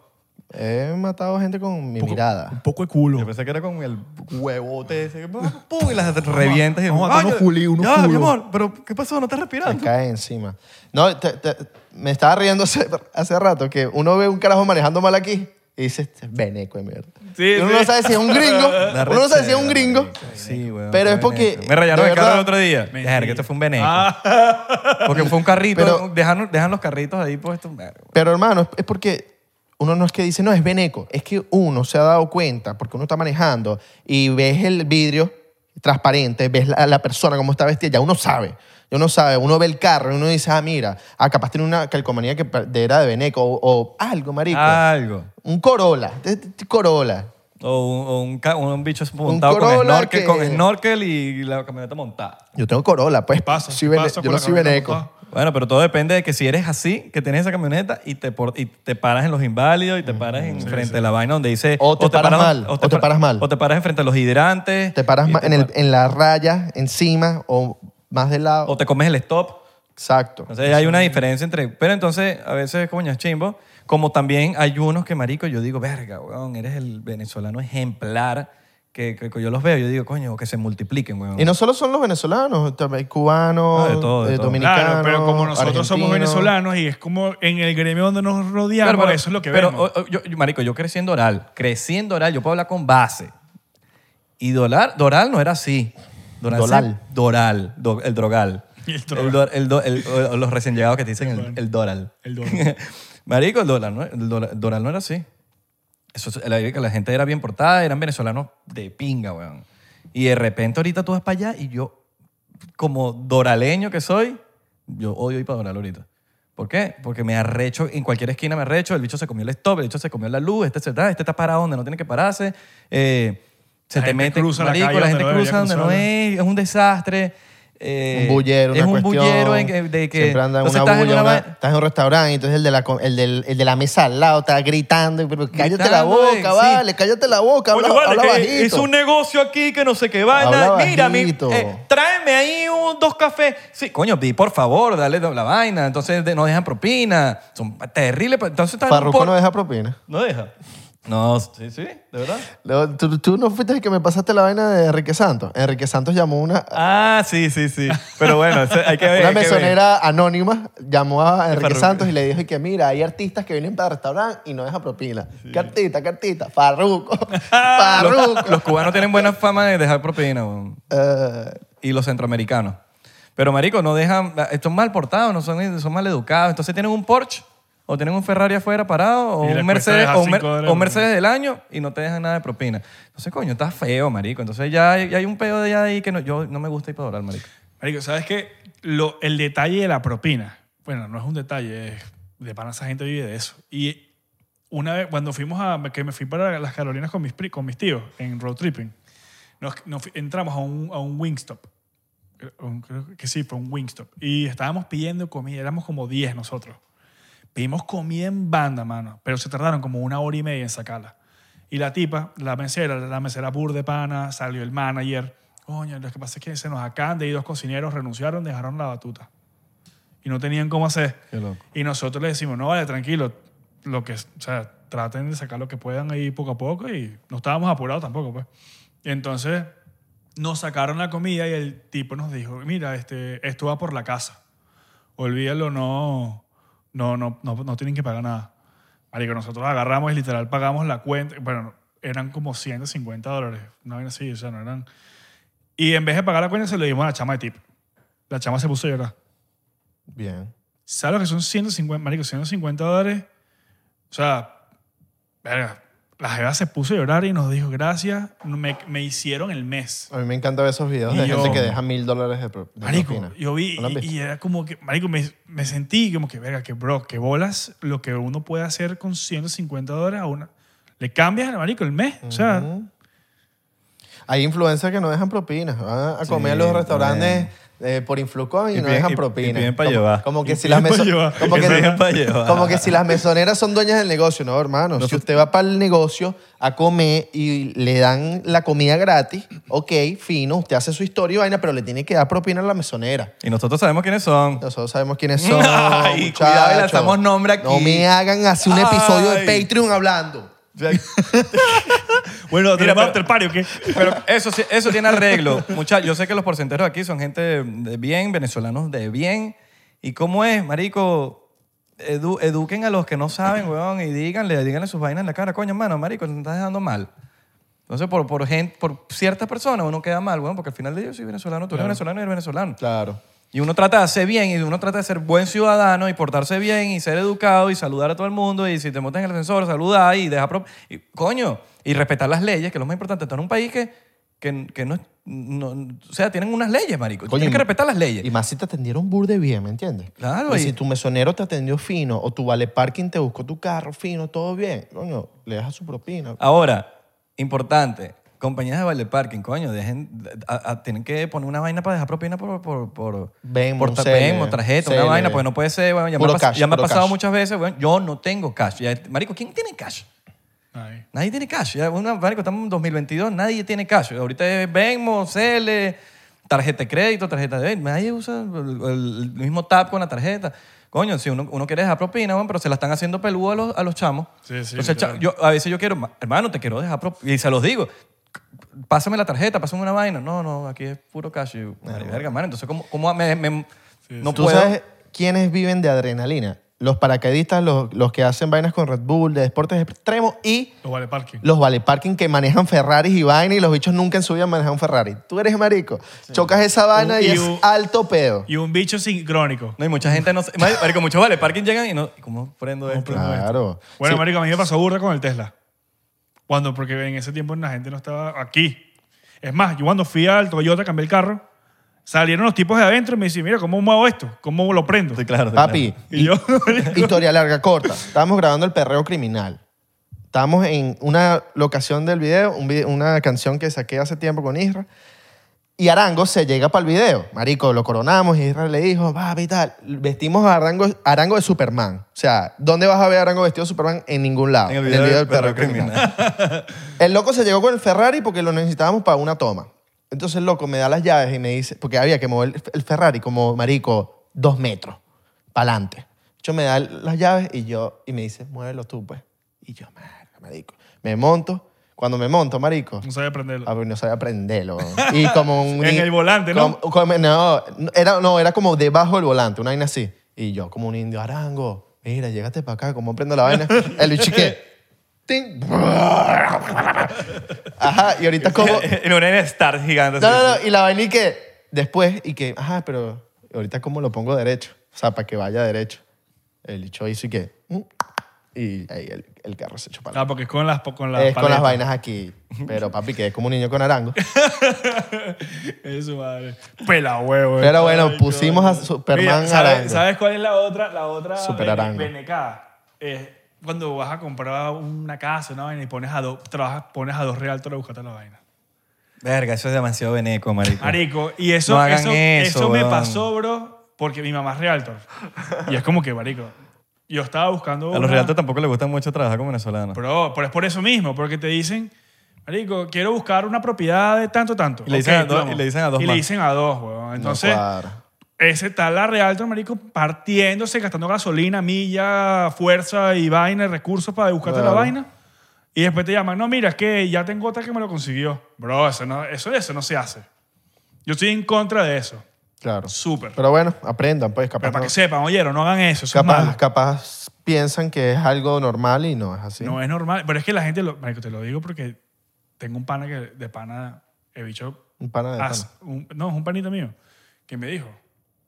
S2: he matado gente con mi
S3: poco- Un
S2: mirada.
S3: poco de culo.
S1: Yo pensé que era con el huevote ese. que ¡Pum! Y las revientas. Y,
S3: vamos a matar
S1: ¡Ay,
S2: unos
S1: ya-
S2: culi- unos
S1: ya, mi
S2: culos.
S1: amor, pero ¿qué pasó? ¿No estás
S2: Me
S1: respirando?
S2: cae encima. No, te- te- me estaba riendo hace, hace rato que uno ve un carajo manejando mal aquí y dice, "Este es veneco de mierda.
S3: Sí,
S2: Y uno
S3: sí.
S2: no sabe si es un gringo.
S1: La
S2: uno no sabe si es
S1: rechera,
S2: un gringo.
S1: marico. Sí, weón.
S2: Pero
S1: qué
S2: es porque,
S1: veneco. Me rayaron
S2: de
S1: el carro el
S2: verdad-
S1: otro día.
S3: Mentira.
S1: Verga, esto fue un veneco.
S3: Ah,
S1: Porque fue un carrito.
S2: Pero-
S1: dejan, dejan los carritos ahí puestos. Verga, weón.
S2: Pero hermano, es- es porque uno no es que dice, no, es veneco. Es que uno se ha dado cuenta, porque uno está manejando y ves el vidrio transparente, ves la, la persona cómo está vestida, ya uno sabe. Ya uno sabe, uno ve el carro y uno dice, ah, mira, ah, capaz tiene una calcomanía que pa- de- era de veneco o, o algo, marico.
S1: Ah, Algo.
S2: Un Corolla, te- te- te- Corolla.
S1: O un, o un, ca- un bicho montado con
S2: Corolla
S1: snorkel,
S2: que-
S1: con snorkel y la camioneta montada.
S2: Yo tengo Corolla, pues.
S3: paso,
S2: soy vene-
S3: paso
S2: yo
S3: con
S2: no
S3: la
S2: soy
S3: camioneta
S2: veneco.
S3: montada.
S1: Bueno, pero todo depende de que si eres así, que tienes esa camioneta y te, por- y te paras en los inválidos y te paras en frente de la vaina donde dice...
S2: Mm, O te paras mal, o te
S1: par-
S2: paras mal.
S1: O te paras enfrente de los hidrantes.
S2: Te paras
S1: y
S2: ma- en, el-
S1: par-
S2: en la raya, encima o más del lado.
S1: O te comes el stop.
S2: Exacto.
S1: Entonces hay una diferencia entre... Pero entonces a veces, coño, es chimbo. Como también hay unos que, marico, yo digo, verga, weón, eres el venezolano ejemplar que, que- que yo los veo, yo digo, coño, que se multipliquen, weón.
S2: Y no solo son los venezolanos, también cubanos,
S1: Ah, de todo, de
S2: eh,
S1: todo.
S2: dominicanos.
S3: Claro, pero como nosotros somos
S2: argentinos.
S3: venezolanos y es como en el gremio donde nos rodeamos,
S1: Claro, pero-
S3: eso es lo que
S1: pero,
S3: vemos.
S1: o- o- yo- yo, marico, yo creciendo oral, creciendo oral, yo puedo hablar con base. Y Doral, Doral no era así. Doral. se-
S2: Doral.
S1: Doral, do- el drogal.
S3: Y el drogal.
S1: do- el do- el- o- o los recién llegados que te dicen el, el Doral.
S3: El Doral.
S1: marico, el Doral, no, el Doral, el Doral no era así. Eso, es- la, la gente era bien portada, eran venezolanos de pinga, weón. Y de repente ahorita tú vas para allá y yo, como doraleño que soy, yo odio ir para Doral ahorita. ¿Por qué? Porque me arrecho, en cualquier esquina me arrecho, el bicho se comió el stop, el bicho se comió la luz, este, se está- este está parado donde no tiene que pararse. eh, se
S3: La
S1: te
S3: gente
S1: mete,
S3: cruza la
S1: marico,
S3: calle
S1: la
S3: donde
S1: gente
S3: no
S1: cruza donde
S3: debería
S1: no
S3: cruzarla.
S1: es, es un desastre. eh,
S2: un bullero,
S1: es
S2: una
S1: un
S2: cuestión.
S1: bullero en que- de que
S2: siempre anda en
S1: entonces
S2: una
S1: estás en
S2: bulla,
S1: una
S2: una-
S1: vaina-
S2: estás en un restaurante y entonces el de la, co- el del- el de la mesa al lado está gritando, y, pero cállate la
S1: Gritando,
S2: boca,
S1: eh, sí.
S2: vale, cállate la boca, habla,
S1: Oye, vale,
S2: habla
S1: que
S2: bajito.
S1: es un negocio aquí que no sé qué
S2: Habla
S1: vaina. Mira, mi-
S2: bajito.
S1: eh, tráeme ahí un, dos cafés. Sí, coño, di por favor, dale la vaina. Entonces de- no dejan propina. Son terribles. pa- Entonces están
S2: Farruko
S1: por-
S2: no deja propina.
S1: no deja. No, sí, sí, de verdad.
S2: Luego, ¿Tú, tú no fuiste el que me pasaste la vaina de Enrique Santos. Enrique Santos llamó una,
S1: Ah, sí, sí, sí. Pero bueno, eso hay que ver.
S2: una
S1: hay que ver.
S2: mesonera anónima, llamó a Enrique
S1: Farruko.
S2: Santos y le dijo y que mira, hay artistas que vienen para el restaurante y no dejan propina. ¿Qué artista? ¿Qué artista? Farruko.
S1: Los,
S2: Farruko.
S1: los cubanos tienen buena fama de dejar propina. weón.
S2: Eh,
S1: y los centroamericanos. Pero, marico, no dejan... Son mal portados, no son, son mal educados. Entonces tienen un Porsche o tienen un Ferrari afuera parado o
S3: Y les
S1: un
S3: cuesta
S1: Mercedes,
S3: dejar
S1: o un Mer-
S3: cinco dólares,
S1: o un
S3: ¿no?
S1: Mercedes del año y no te dejan nada de propina. Entonces, coño, estás feo, marico. Entonces ya hay, ya hay un pedo de ya ahí que no, yo no me gusta ir para orar, marico.
S3: Marico, ¿sabes qué? Lo, el detalle de la propina. Bueno, no es un detalle, es- de pana esa gente vive de eso. Y una vez, cuando fuimos a, que me fui para las Carolinas con mis, pri- con mis tíos en road tripping, nos, nos fui- entramos a un, a un Wingstop. Creo- un- creo que sí, fue un Wingstop. Y estábamos pidiendo comida, éramos como 10 nosotros. Pedimos comida en banda, mano, pero se tardaron como una hora y media en sacarla. Y la tipa, la mesera, la mesera bur de pana, salió el manager. Coño, lo que pasa es que se nos acaban de ir dos cocineros, renunciaron, dejaron la batuta. Y no tenían cómo hacer.
S1: Qué loco.
S3: Y nosotros le decimos, no, vale, tranquilo, lo que, o sea, traten de sacar lo que puedan ahí poco a poco y no estábamos apurados tampoco, pues. Y entonces nos sacaron la comida y el tipo nos dijo, mira, este, esto va por la casa. Olvídalo, no, no, no, no, no tienen que pagar nada. Marico, nosotros agarramos y literal pagamos la cuenta. Bueno, eran como 150 dólares. No vaina así, o sea, no eran... Y en vez de pagar la cuenta se lo dimos a la chama de tip. La chama se puso a llorar.
S2: bien.
S3: ¿Sabes lo que son 150, marico, 150 dólares? O sea, verga, la jeva se puso a llorar y nos dijo gracias, me, me hicieron el mes.
S2: A mí me encantan esos videos
S3: Y
S2: de
S3: yo-
S2: gente que deja mil dólares de, pro- de
S3: Marico,
S2: propina.
S3: yo vi
S2: ¿No lo has
S3: y-
S2: visto?
S3: y, era como que, marico, me, me sentí como que, verga, que bro, que bolas lo que uno puede hacer con 150 dólares a una. Le cambias, marico, el mes. O sea,
S2: Ujú. Hay influencers que no dejan propinas. Van a
S1: Sí,
S2: comer a los restaurantes
S1: bueno.
S2: eh, por Influcom y,
S1: Y
S2: no
S1: piden-
S2: dejan
S1: y- y
S2: propinas.
S1: piden pa'
S2: Como-
S1: llevar.
S2: Como que
S3: Y
S2: si las
S3: piden pa'
S2: meso-
S3: llevar.
S2: como
S1: Y
S2: que-
S1: piden pa' llevar.
S2: como que si las mesoneras son dueñas del negocio, no, hermano. Si usted va para el negocio a comer y le dan la comida gratis, ok, fino, usted hace su historia y vaina, pero le tiene que dar propina a la mesonera.
S1: Y nosotros sabemos quiénes son.
S2: Nosotros sabemos quiénes son.
S1: Ay,
S2: muchachos.
S1: cuidado, y lanzamos nombre aquí.
S2: No me hagan así un
S1: Ay.
S2: episodio de Patreon hablando.
S3: bueno,
S1: Mira,
S3: tenemos
S1: pero-
S3: after party, ¿o qué?
S1: Pero eso, sí- eso tiene arreglo. Muchachos, yo sé que los porcenteros aquí son gente de- de bien, venezolanos de bien. ¿Y cómo es, marico? Edu- eduquen a los que no saben, weón, y díganle, díganle sus vainas en la cara. Coño, mano, marico, te estás dejando mal. Entonces, por, por, gente, por ciertas personas uno queda mal, weón, porque al final de ellos soy venezolano, tú eres venezolano y eres venezolano.
S2: Claro.
S1: Y uno trata de hacer bien, y uno trata de ser buen ciudadano, y portarse bien, y ser educado, y saludar a todo el mundo, y si te montas en el ascensor, saludar, y deja... pro- y, coño, y respetar las leyes, que es lo más importante. Está en un país que, que, que no, no- O sea, tienen unas leyes, marico. Tú
S2: Coño,
S1: Tienes que
S2: y-
S1: respetar las
S2: Y
S1: leyes.
S2: más si te atendieron burde bien, ¿me entiendes?
S1: Claro,
S2: Y
S1: y-
S2: si tu mesonero te atendió fino o tu vale parking te buscó tu carro fino, todo bien, coño, le dejas su propina.
S1: Ahora, importante, compañías de vale parking, coño, dejen, a- a- tienen que poner una vaina para dejar propina por... por, por
S2: Venmo,
S1: por ta-
S2: Cele,
S1: Venmo, tarjeta, una
S2: Cele.
S1: vaina, porque no puede ser, bueno, ya me,
S2: Puro
S1: ha pas-
S2: cash,
S1: ya me ha
S2: puro
S1: pasado
S2: cash.
S1: muchas veces, bueno, yo no tengo cash. Ya, marico, ¿quién tiene cash?
S3: Ay.
S1: Nadie tiene cash. Ya, una- marico, estamos en 2022, nadie tiene cash. Ahorita es Venmo, Cele, tarjeta de crédito, tarjeta de débito. Nadie usa el, el mismo tap con la tarjeta. Coño, si uno, uno quiere dejar propina, bueno, pero se la están haciendo peludo a los, a los chamos.
S3: Sí, sí,
S1: Entonces, el cha-
S3: literal.
S1: yo, a veces yo quiero, "Ma- hermano, te quiero dejar propina. Y se los digo. pásame la tarjeta, pásame una vaina. No, no, aquí es puro cash. Y yo, "Mari, verga, mano, Entonces, ¿cómo, cómo me- me- no
S2: ¿Tú
S1: puedo?
S2: sabes quiénes viven de adrenalina? Los paracaidistas, los, los que hacen vainas con Red Bull, de deportes extremos y
S3: Los vale parking.
S2: los vale parking que manejan Ferraris y vaina y los bichos nunca en su vida han manejado un Ferrari. Tú eres marico. Chocas esa vaina
S3: Un-
S2: y,
S3: y
S2: es
S3: un-
S2: alto pedo.
S3: Y un bicho sincrónico.
S1: No, y mucha gente no... Mari- Marico, muchos vale parking llegan y no... ¿Cómo prendo esto?
S2: Claro.
S3: Bueno,
S2: Sí.
S3: marico, a mí me pasó burda con el Tesla. Cuando, porque en ese tiempo la gente no estaba aquí. Es más, yo cuando fui al Toyota, cambié el carro, salieron los tipos de adentro y me dicen, mira, ¿cómo muevo esto? ¿Cómo lo prendo?
S1: Estoy claro. estoy
S2: Papi,
S3: Y yo,
S2: Historia larga, corta. Estábamos grabando el perreo criminal. Estábamos en una locación del video, un vide- una canción que saqué hace tiempo con Isra. Y Arango se llega para el video. Marico, lo coronamos y Isra le dijo, papi, tal. Vestimos a Arango, Arango de Superman. O sea, ¿dónde vas a ver a Arango vestido de Superman? En ningún lado.
S1: claro. Ah, En el video, del perro criminal.
S2: El loco se llegó con el Ferrari porque lo necesitábamos para una toma. Entonces el loco me da las llaves y me dice, porque había que mover el- el Ferrari como marico, dos metros, para adelante. Yo me da el- las llaves y yo, y me dice, muévelo tú, pues. Y yo, "Marico, marico. Me monto. Cuando me monto, marico,
S3: no sabía prenderlo.
S2: a ver, no sabía prenderlo. weón. Y como un...
S3: En el volante, ¿no?
S2: como- como- no, era, no, era como debajo del volante, una vaina así. Y yo, como un indio, arango, mira, llégate para acá, ¿cómo prendo la vaina? El bicho que... ting, Ajá, y ahorita como...
S1: en un N-Star gigante.
S2: No,
S1: así.
S2: no, no, y la vaina y que... Después, y que, ajá, pero ahorita cómo lo pongo derecho. O sea, para que vaya derecho. El bicho hizo y que... mm, Y ahí el, el carro se echó para
S3: Ah, porque es con las, con las
S2: Es con las
S3: paletas.
S2: vainas aquí. Pero papi, que es como un niño con arango.
S3: Es su madre. Pela huevo. eh.
S2: Pero bueno,
S3: Ay,
S2: pusimos a Superman
S3: Mira, ¿sabes,
S2: Arango.
S3: ¿Sabes cuál es la otra? La otra
S2: Super
S3: bene-
S2: arango.
S3: benecada. Es cuando vas a comprar una casa, una vaina, y pones a dos, trabajas, pones a dos realtores a buscarte la vaina.
S1: Verga, eso es demasiado veneco, marico.
S3: Marico, y eso,
S1: No hagan
S3: eso,
S1: eso,
S3: eso me
S1: weón.
S3: pasó, bro, porque mi mamá es realtor. Y es como que, marico, yo estaba buscando...
S1: A
S3: una-
S1: los reatos tampoco les gusta mucho trabajar con venezolanos.
S3: Bro, pero es por eso mismo, porque te dicen, marico, quiero buscar una propiedad de tanto, tanto.
S1: Y le dicen
S3: Ok,
S1: a dos-
S3: vamos.
S1: y le dicen a dos
S3: Y le
S1: más.
S3: dicen a dos, weón.
S2: No
S3: Entonces...
S2: cuadra.
S3: Ese tal la Realtor, marico, partiéndose, gastando gasolina, milla, fuerza y vaina, recursos para buscarte
S2: Claro.
S3: la vaina. Y después te llaman, no, mira, es que ya tengo otra que me lo consiguió. Bro, eso no, eso, eso no se hace. Yo estoy en contra de eso.
S2: Claro.
S3: Súper. Pero,
S2: Pero bueno, aprendan, pues. Capaz,
S3: para
S2: no-
S3: que sepan, oyeron, no hagan eso. eso es
S2: capaz,
S3: malo.
S2: capaz piensan que es algo normal y no es así.
S3: No es normal. Pero es que la gente, lo, marico, te lo digo porque tengo un pana que de pana, he bicho
S2: Un pana Ah, de
S3: Haz-
S2: pana.
S3: un- no, es un panita mío que me dijo,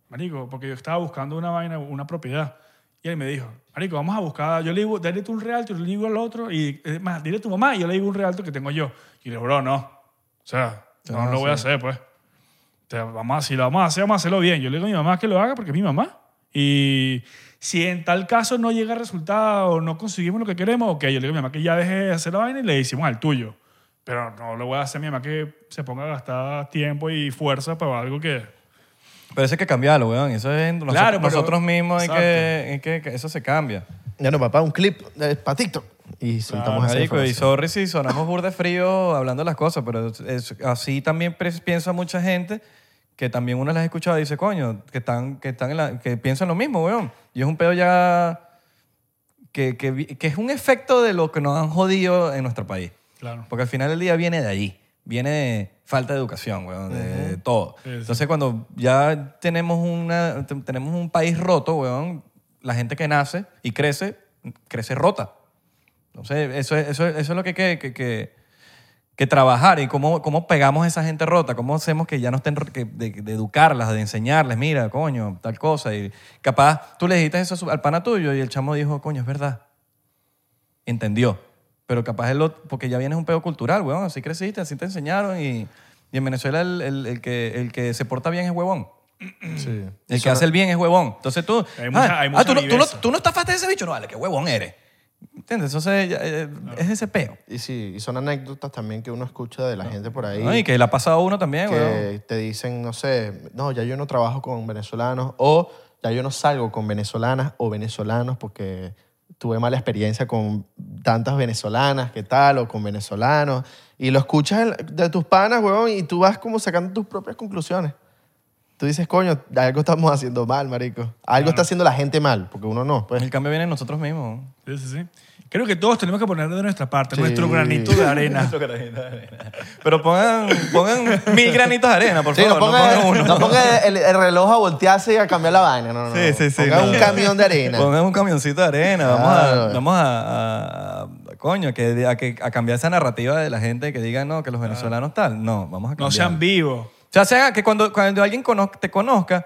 S3: marico, porque yo estaba buscando una vaina, una propiedad. Y él me dijo, marico, vamos a buscar, yo le digo, dale tú un realto, yo le digo al otro, y es más, dile a tu mamá, y yo le digo un realto que tengo yo. Y le digo, bro, no, o sea, no,
S1: No,
S3: lo voy a hacer, pues. O sea, vamos a, si lo vamos a hacer, vamos a hacerlo bien. Yo le digo a mi mamá que lo haga porque es mi mamá. Y si en tal caso no llega el resultado, no conseguimos lo que queremos, ok, yo le digo a mi mamá que ya deje de hacer la vaina y le hicimos al tuyo. Pero no lo voy a hacer a mi mamá que se ponga a gastar tiempo y fuerza para algo que...
S1: Pero eso hay que cambiarlo, weón. Eso es nosotros,
S3: Claro, pero-
S1: nosotros mismos hay
S3: Exacto.
S1: que, hay que- que- Eso se cambia.
S2: Ya no, papá, un clip de pa' TikTok. Y soltamos esa
S1: Marico, y
S2: información.
S1: sorry si sonamos burda de frío hablando de las cosas, pero es- es- así también pre- piensa mucha gente que también uno las ha escuchado y dice, coño, que, están, que, están en la- que piensan lo mismo, weón. Y es un pedo ya... Que, que vi- que es un efecto de lo que nos han jodido en nuestro país.
S3: Claro.
S1: Porque al final del día viene de allí. Viene de falta de educación, weón, de todo.
S3: Sí, sí.
S1: Entonces, cuando ya tenemos, una, te- tenemos un país roto, weón, la gente que nace y crece, crece rota. Entonces, eso es, eso es, eso es lo que hay que, que, que- que trabajar y cómo, cómo pegamos a esa gente rota, cómo hacemos que ya no estén, ro- que- de, de educarlas, de enseñarles, mira, coño, tal cosa. Y capaz tú le dijiste eso a su- al pana tuyo y el chamo dijo, coño, es verdad entendió. Pero capaz el otro, porque ya vienes un pedo cultural, weón. Así creciste, así te enseñaron. Y, y en Venezuela el, el- el que, el que se porta bien es huevón.
S2: Sí.
S1: El que hace el bien es huevón. Entonces tú.
S3: Hay mucha-
S1: ah,
S3: hay
S1: ah,
S3: mucha
S1: tú, no, tú, no,
S3: viveza.
S1: tú no estafaste a ese bicho. No, vale, qué huevón eres. ¿Entiendes? Entonces ya, eh, es ese peo.
S2: Y sí, y son anécdotas también que uno escucha de la gente por ahí.
S1: ¿no? Y que le ha pasado a uno también, Eh, weón.
S2: que te dicen, no sé, no, ya yo no trabajo con venezolanos o ya yo no salgo con venezolanas o venezolanos porque tuve mala experiencia con tantas venezolanas, ¿qué tal? O con venezolanos. Y lo escuchas en- de tus panas, huevón, y tú vas como sacando tus propias conclusiones. Tú tú dices, coño, algo estamos haciendo mal, marico. Algo está haciendo la gente mal, porque uno no. Pues.
S1: El cambio viene en nosotros mismos.
S3: Sí, sí, sí. Creo que todos tenemos que poner de nuestra parte,
S2: Sí.
S3: nuestro granito de arena.
S1: Pero pongan, pongan mil granitos de arena, por
S2: Sí, no
S1: favor.
S2: ponga,
S1: no pongan uno.
S2: no ponga el, el reloj a voltearse y a cambiar la vaina. No, no,
S1: Sí,
S2: no.
S1: sí, sí,
S2: Ponga
S1: no.
S2: un camión de arena.
S1: Pongan un camioncito de arena. Vamos, a,
S2: Claro.
S1: vamos a, a- a- coño, que, a, que- a cambiar esa narrativa de la gente que diga no, que los venezolanos tal. No, vamos a cambiar.
S3: No sean vivos.
S1: O sea, sea que cuando, cuando alguien conoz- te conozca,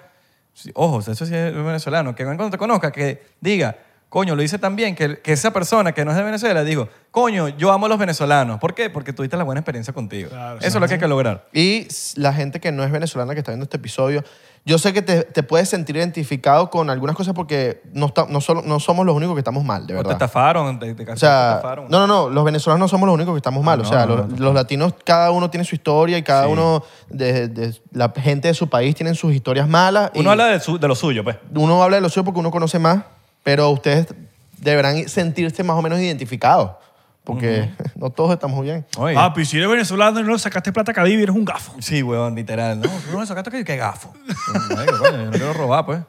S1: sí, ojo, eso sí es venezolano, que cuando te conozca, que diga, coño, lo hice tan bien, que, que esa persona que no es de Venezuela, digo, coño, yo amo a los venezolanos. ¿Por qué? Porque tuviste la buena experiencia contigo.
S3: Claro,
S1: eso es lo que hay que lograr.
S2: Y s- la gente que no es venezolana que está viendo este episodio, yo sé que te, te puedes sentir identificado con algunas cosas porque no, está- no, solo, no somos los únicos que estamos mal, de
S1: O te
S2: verdad.
S1: estafaron, te, te,
S2: O
S1: te
S2: sea,
S1: estafaron.
S2: no, no, no, los venezolanos no somos los únicos que estamos mal.
S1: Ah,
S2: o
S1: no,
S2: sea,
S1: no,
S2: los,
S1: no.
S2: los latinos, cada uno tiene su historia y cada
S1: Sí.
S2: uno, de, de- la gente de su país tienen sus historias malas. y
S1: Uno habla de, su- de lo suyo, pues.
S2: uno habla de lo suyo porque uno conoce más, pero ustedes deberán sentirse más o menos identificados porque no todos estamos bien.
S1: Oye.
S3: Ah, pues si eres venezolano y no le sacaste plata a Cadivi, eres un gafo.
S1: Sí, weón, literal. No, tú no me sacaste que, que gafo. Marico, coño, yo no quiero robar, pues.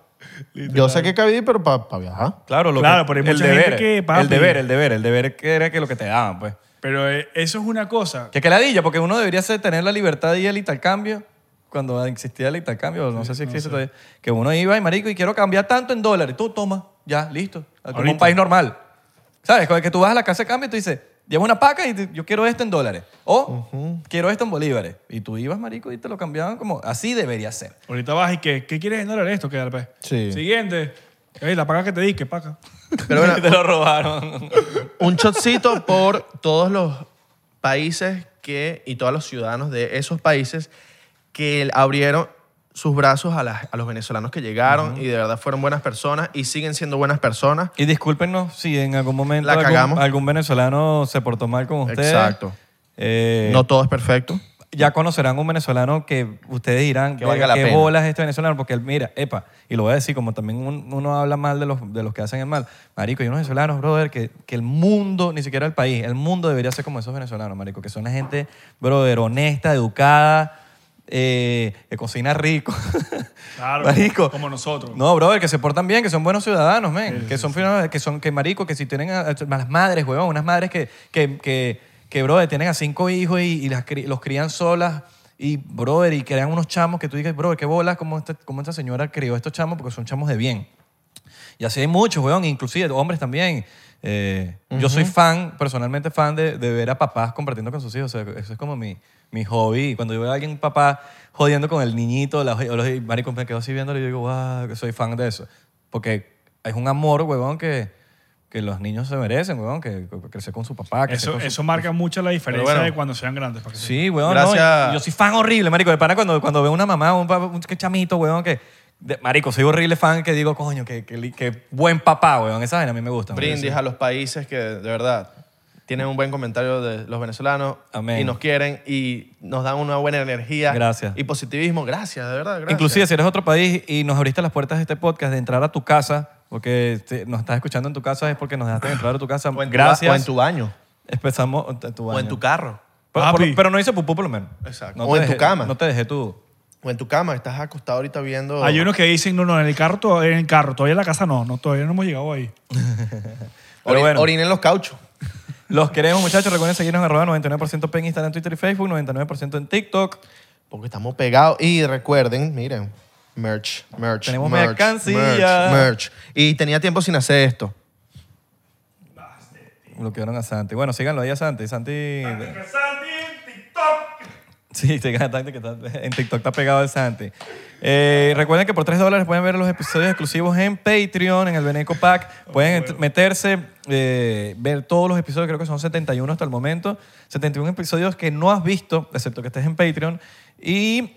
S2: Yo sé que cabí, pero para viajar.
S1: Claro, lo
S3: Claro,
S1: que,
S3: pero hay mucha
S1: el
S3: gente
S1: deber,
S3: que, papi.
S1: El deber, el deber, el deber que era que lo que te daban, pues.
S3: Pero eh, eso es una cosa.
S1: Que que ladilla, porque uno debería ser- tener la libertad de ir al intercambio, cuando existía el intercambio, no sé si existe todavía, que uno iba y marico, y quiero cambiar tanto en dólares. Tú toma, ya, listo. Como un
S3: Ahorita.
S1: país normal. ¿Sabes? Como que tú vas a la casa de cambio y tú dices, llevo una paca y te- yo quiero esto en dólares. O quiero esto en bolívares. Y tú ibas, marico, y te lo cambiaban como, así debería ser.
S3: Ahorita vas y que, ¿qué quieres en dólares esto? ¿Qué pues?
S2: Sí.
S3: Siguiente. Ey, la paga que te di, que paga.
S2: Pero bueno,
S1: Y te lo robaron.
S2: un shotcito por todos los países que, y todos los ciudadanos de esos países que abrieron sus brazos a, las- a los venezolanos que llegaron y de verdad fueron buenas personas y siguen siendo buenas personas.
S1: Y discúlpenos si en algún momento
S2: La
S1: algún,
S2: cagamos.
S1: algún venezolano se portó mal con ustedes.
S2: Exacto.
S1: Eh,
S2: No todo es perfecto.
S1: ya conocerán un venezolano que ustedes dirán
S2: Que valga la
S1: qué
S2: pena".
S1: bolas este venezolano porque él mira epa y lo voy a decir como también un- uno habla mal de los, de los que hacen el mal marico hay unos venezolanos brother que, que el mundo ni siquiera el país el mundo debería ser como esos venezolanos marico que son la gente brother honesta educada eh, que cocina rico
S3: Claro,
S1: marico
S3: como nosotros.
S1: no brother que se portan bien que son buenos ciudadanos men que son ciudadanos- que son que marico que si tienen a, a las madres huevón unas madres que que, que, que, brother tienen a cinco hijos y, y las cri- los crían solas y brother y crean unos chamos que tú dices brother qué bolas cómo esta, cómo esta señora crió estos chamos porque son chamos de bien y así hay muchos, weón, inclusive hombres también. Eh, Yo soy fan, personalmente fan de, de ver a papás compartiendo con sus hijos. O sea, eso es como mi, mi hobby. Cuando yo veo a alguien, papá, jodiendo con el niñito, la, o los, y, marico, me quedo así viéndolo y yo digo, wow, que soy fan de eso. Porque es un amor, weón, que, que los niños se merecen, weón, que, que crecer con su papá. crecer
S3: Eso,
S1: con su-
S3: eso marca mucho la diferencia
S2: bueno.
S3: de cuando sean grandes. para que sepan.
S1: Sí, weón.
S2: Gracias.
S1: no, y- yo soy fan horrible, marico. De pana cuando, cuando veo una mamá, un, papá, un chamito, weón, que... de- marico, soy horrible fan que digo, coño, que, que, li- que buen papá, weón. Esa vaina a mí me gusta. marico.
S2: brindis a los países que de verdad tienen un buen comentario de los venezolanos
S1: Amén.
S2: y nos quieren y nos dan una buena energía
S1: Gracias.
S2: y positivismo. Gracias, de verdad. Gracias.
S1: Inclusive si eres otro país y nos abriste las puertas de este podcast, de entrar a tu casa, porque te- nos estás escuchando en tu casa es porque nos dejaste entrar a tu casa.
S2: O en tu ba-
S1: Gracias.
S2: o en tu baño.
S1: Empezamos en tu
S2: O en
S1: baño.
S2: tu carro.
S1: Pero, por-
S3: Papi.
S1: pero no hice pupú por lo menos.
S2: Exacto.
S1: No
S2: O
S1: te
S2: en tu
S1: dejé-
S2: cama.
S1: No te dejé tu...
S2: O en tu cama. Estás acostado ahorita viendo...
S3: Hay unos que dicen, no, no, en el carro, to- en el carro, todavía en la casa no, no, todavía no hemos llegado ahí.
S1: Pero
S2: Ori-
S1: bueno.
S2: orina en los cauchos.
S1: Los queremos, muchachos. Recuerden seguirnos en arroba 99% en Instagram, Twitter y Facebook, 99% en TikTok.
S2: Porque estamos pegados. Y recuerden, miren, merch, merch,
S1: Tenemos
S2: merch,
S1: mercancía.
S2: merch, merch. Y tenía tiempo sin hacer esto.
S1: Bloquearon a Santi. Bueno, síganlo ahí a Santi. Santi. Santi, TikTok. Sí, sigan a Santi que está, en TikTok está pegado el Santi. Eh, recuerden que por 3 dólares pueden ver los episodios exclusivos en Patreon, en el Beneco Pack. Pueden ent- meterse, eh, ver todos los episodios, creo que son 71 hasta el momento. 71 episodios que no has visto, excepto que estés en Patreon. Y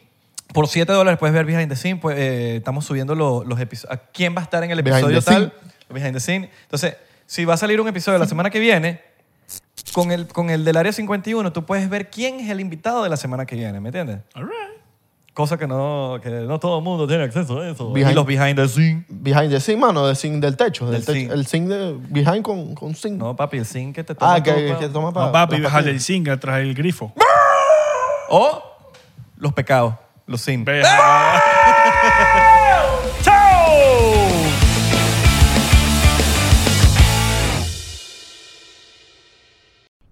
S1: por 7 dólares puedes ver Behind the Scene. Pues, eh, estamos subiendo los, los episodios. ¿Quién va a estar en el
S2: Behind
S1: episodio
S2: the
S1: tal?
S2: scene.
S1: Behind the scene. Entonces, si va a salir un episodio la semana que viene, con el, con el del área 51, tú puedes ver quién es el invitado de la semana que viene, ¿me entiendes?
S3: All right.
S1: Cosa que no, que no todo el mundo tiene acceso a eso.
S2: Behind-
S1: y los behind the scene.
S2: Behind the scene, mano, de zinc del techo.
S1: Del
S2: Del techo.
S1: zinc.
S2: El zinc de behind con, con zinc.
S1: No, papi, el scene que te toma.
S2: ah, que,
S1: todo,
S2: que
S1: pa-
S2: toma para...
S3: No, papi, bájale el single tras el grifo. ah,
S1: O los pecados, los sin.
S3: Ve,